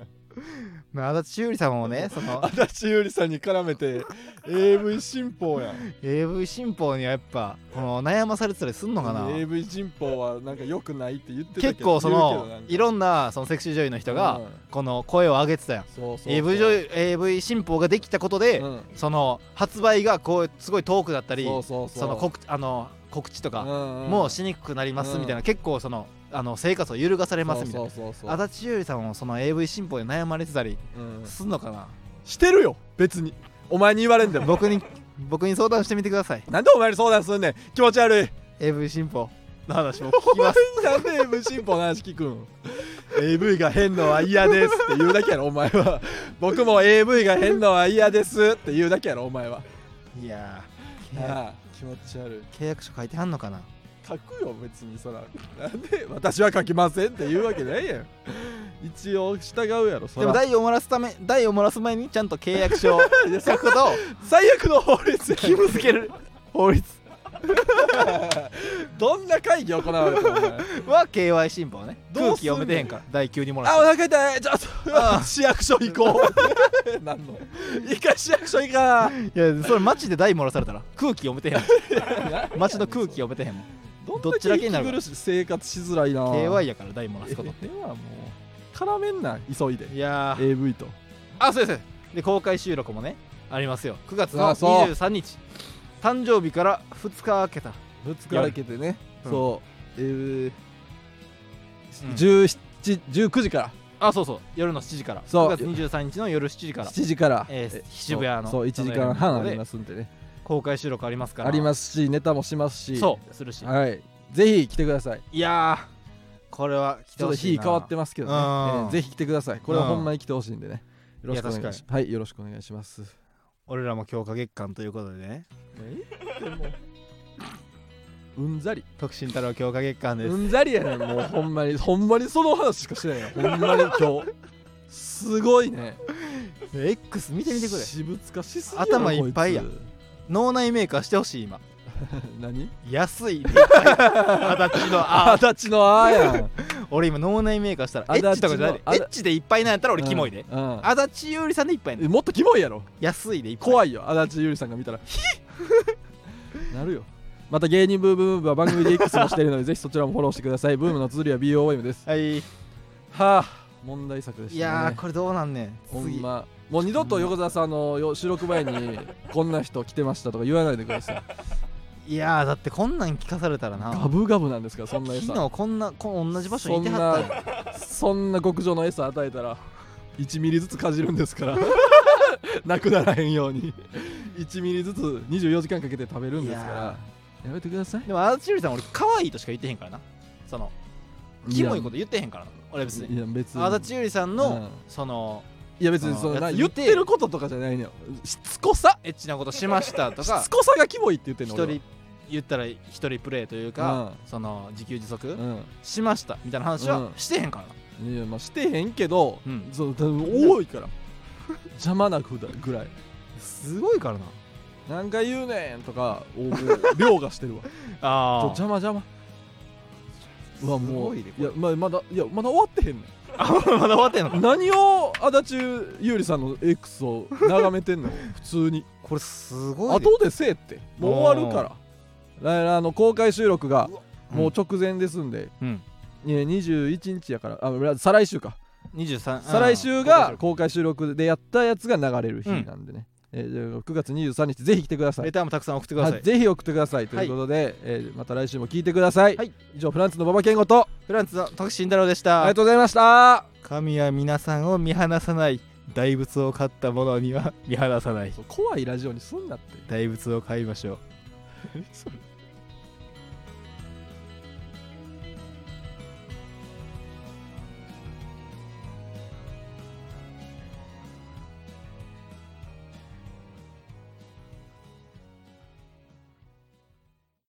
Speaker 2: まあ足立優里様もねその
Speaker 1: 足立ゆりさんに絡めて AV 進歩やん
Speaker 2: AV 新法にはやっぱこの悩まされてたりすんのかな
Speaker 1: AV 進歩はなんか良くないって言ってたけど
Speaker 2: 結構そ
Speaker 1: 言
Speaker 2: の
Speaker 1: うけ
Speaker 2: い
Speaker 1: ど
Speaker 2: ろんなそのセクシー女優の人
Speaker 1: う
Speaker 2: が
Speaker 1: ん
Speaker 2: この声を上げてたやん
Speaker 1: そうそうそう
Speaker 2: AV 女優 AV 新法ができたことで
Speaker 1: うん
Speaker 2: その発売がこうすごい遠くだったり
Speaker 1: そうそうそう
Speaker 2: その告あの告知とか
Speaker 1: うんん
Speaker 2: もうしにくくなりますみたいな、
Speaker 1: う
Speaker 2: 結構そのあの生活を揺るがされますみたいな
Speaker 1: そうそうそうそう
Speaker 2: 足立優里さんもその AV 新法で悩まれてたり
Speaker 1: うん
Speaker 2: すんのかな、 [laughs]
Speaker 1: してるよ別にお前に言われんでも
Speaker 2: 僕に僕に相談してみてください
Speaker 1: なんでお前に相談すんねん気持ち悪い
Speaker 2: AV 新法の話も聞きます
Speaker 1: なんで AV 進歩の話聞くん AV が変のは嫌ですって言うだけやろお前は僕も AV が変のは嫌ですって言うだけやろお前 [laughs] はい
Speaker 2: やー契約
Speaker 1: なあ気持ち悪い
Speaker 2: 契約書書いてはんのかな
Speaker 1: 書くよ別にそらなんで私は書きませんって言うわけないやん一応従うやろそ
Speaker 2: でも
Speaker 1: ら
Speaker 2: 代を漏らすため代を漏らす前にちゃんと契
Speaker 1: [laughs]
Speaker 2: 約書を書くことを
Speaker 1: 最悪の法律や
Speaker 2: 義務付ける
Speaker 1: [laughs]
Speaker 2: 法律
Speaker 1: どんな会議行われ [laughs] てるお前
Speaker 2: は KY 新法ね
Speaker 1: ど
Speaker 2: 空
Speaker 1: うす
Speaker 2: 気
Speaker 1: んの
Speaker 2: 読めてへんから第9に漏ら
Speaker 1: あお
Speaker 2: す
Speaker 1: 腹痛いちょっと市役所行こう [laughs] なんの一回市役所行かない
Speaker 2: やそれ街で代漏らされたら空気読めてへんも
Speaker 1: [laughs]
Speaker 2: ん街の空気読めてへんもん
Speaker 1: どっちだけになる苦しい生活しづらいな
Speaker 2: KY やから代漏らす
Speaker 1: え
Speaker 2: こと
Speaker 1: ではもう絡めんな急いで
Speaker 2: いやー
Speaker 1: AV と
Speaker 2: あそうですそうですで公開収録もねありますよ9月
Speaker 1: あ
Speaker 2: の
Speaker 1: あそう
Speaker 2: 23日誕生日から2日空けた
Speaker 1: ぶつかけてね
Speaker 2: うん
Speaker 1: そう、えー
Speaker 2: うん
Speaker 1: 17 19時から
Speaker 2: あそうそう夜の7時から
Speaker 1: そう
Speaker 2: 9月23日の夜7時から
Speaker 1: 7時から、
Speaker 2: えー渋谷の
Speaker 1: そうそう1時間半ありますすんでね
Speaker 2: 公開収録ありますから
Speaker 1: ありますしネタもしますし
Speaker 2: そうするし
Speaker 1: はいぜひ来てください
Speaker 2: いやーこれは来
Speaker 1: ち
Speaker 2: て
Speaker 1: ょっ
Speaker 2: ほ
Speaker 1: と
Speaker 2: しい
Speaker 1: 日
Speaker 2: な
Speaker 1: 変わってますけどね、え
Speaker 2: うん
Speaker 1: ーぜひ来てくださいこれはほんまに来てほしいんでね、
Speaker 2: ん
Speaker 1: よろしくお願いしますはいよろしくお願いします
Speaker 2: 俺らも強化月間ということでね
Speaker 1: うんざり
Speaker 2: 特進太郎強化月間です、
Speaker 1: うんざりやねんもうほんまにほんまにその話しかしてないよほんまに今日すごいね
Speaker 2: X 見てみてくれ
Speaker 1: 私物化しすぎやろ
Speaker 2: 頭いっぱいや
Speaker 1: こ
Speaker 2: 脳内メーカーしてほしい今
Speaker 1: つ [laughs] 何
Speaker 2: 安
Speaker 1: [laughs]
Speaker 2: いでいっぱい足立のあ
Speaker 1: 足立のあーやん
Speaker 2: 俺今脳内メーカーしたらエ
Speaker 1: 足立の
Speaker 2: ッチとかじゃないで
Speaker 1: あだ
Speaker 2: エッチでいっぱいなんやった [laughs] ら俺キモいで
Speaker 1: うんうん
Speaker 2: 足立優里さんでいっぱいね
Speaker 1: えもっとキモいやろ
Speaker 2: 安いでいっぱい
Speaker 1: 怖いよ足立ゆりさんが見たら「ヒッなるよまた芸人ブームブームは番組で X もしているの
Speaker 2: [laughs]
Speaker 1: でぜひそちらもフォローしてくださいブームの綴りは BOM です
Speaker 2: はい
Speaker 1: はあ問題作でしたね
Speaker 2: いやーこれどうなんねん
Speaker 1: ほ
Speaker 2: 次
Speaker 1: んまもう二度と横澤さんのよ収録前にこんな人来てましたとか言わないでください
Speaker 2: いやーだってこんなん聞かされたらな
Speaker 1: ガブガブなんですからそんな餌
Speaker 2: 昨日こんなこん同じ場所にいて
Speaker 1: そん
Speaker 2: はったんや
Speaker 1: なそんな極上の餌与えたら1ミリずつかじるんですから
Speaker 2: [laughs]
Speaker 1: なくならへんように1ミリずつ24時間かけて食べるんですから
Speaker 2: い
Speaker 1: や
Speaker 2: や
Speaker 1: めてください
Speaker 2: でも足立優里さん俺可愛いとしか言ってへんからなそのキモいこと言ってへんからな俺別
Speaker 1: い
Speaker 2: に
Speaker 1: や別に
Speaker 2: 足立優里さん
Speaker 1: うん
Speaker 2: のその
Speaker 1: いや別にその
Speaker 2: うん
Speaker 1: な
Speaker 2: 別に
Speaker 1: 言ってることとかじゃないのよしつこさ
Speaker 2: エッチなことしましたと
Speaker 1: し
Speaker 2: か
Speaker 1: つこさがキモいって言ってん
Speaker 2: 一
Speaker 1: の
Speaker 2: 人言ったら一人プレイというか
Speaker 1: う
Speaker 2: その自給自足
Speaker 1: 俺は
Speaker 2: しましたみたいな話
Speaker 1: うん
Speaker 2: はしてへんからな
Speaker 1: うんいやまあしてへんけど、
Speaker 2: うん
Speaker 1: そう多分多いから邪魔なくだぐらい
Speaker 2: すごいからな
Speaker 1: 何回言うねんと
Speaker 2: [laughs]
Speaker 1: かをもう凌駕してるわちょ
Speaker 2: あ
Speaker 1: 邪魔邪魔うわも
Speaker 2: すご
Speaker 1: う
Speaker 2: い
Speaker 1: い
Speaker 2: ねこれ
Speaker 1: やままだいやまだ終わってへんねん
Speaker 2: [laughs] あまだ終わってんのか
Speaker 1: 何を足立優里さんの X を眺めてんの普通に
Speaker 2: これすごいで
Speaker 1: 後でせえってもう終わるから来来あの公開収録がもう直前ですんで、
Speaker 2: うん
Speaker 1: いや21日やからあ再来週か
Speaker 2: 23
Speaker 1: 再来週が公開収録でやったやつが流れる日なんでね、えーじゃあ9月23日ぜひ来てくださ
Speaker 2: レ
Speaker 1: い
Speaker 2: ターもたくさん送ってくださ
Speaker 1: はいいぜひ送ってくださいということで、えーまた来週も聞いてください、
Speaker 2: はい
Speaker 1: 以上フランスの馬場健吾と
Speaker 2: フランツの徳慎太郎でし
Speaker 1: あり
Speaker 2: た
Speaker 1: がとうございました
Speaker 2: 神は皆さんを見放さない大仏を飼った者には見放さない
Speaker 1: そう怖いラジオにすんなって
Speaker 2: 大仏を飼いましょう
Speaker 1: それ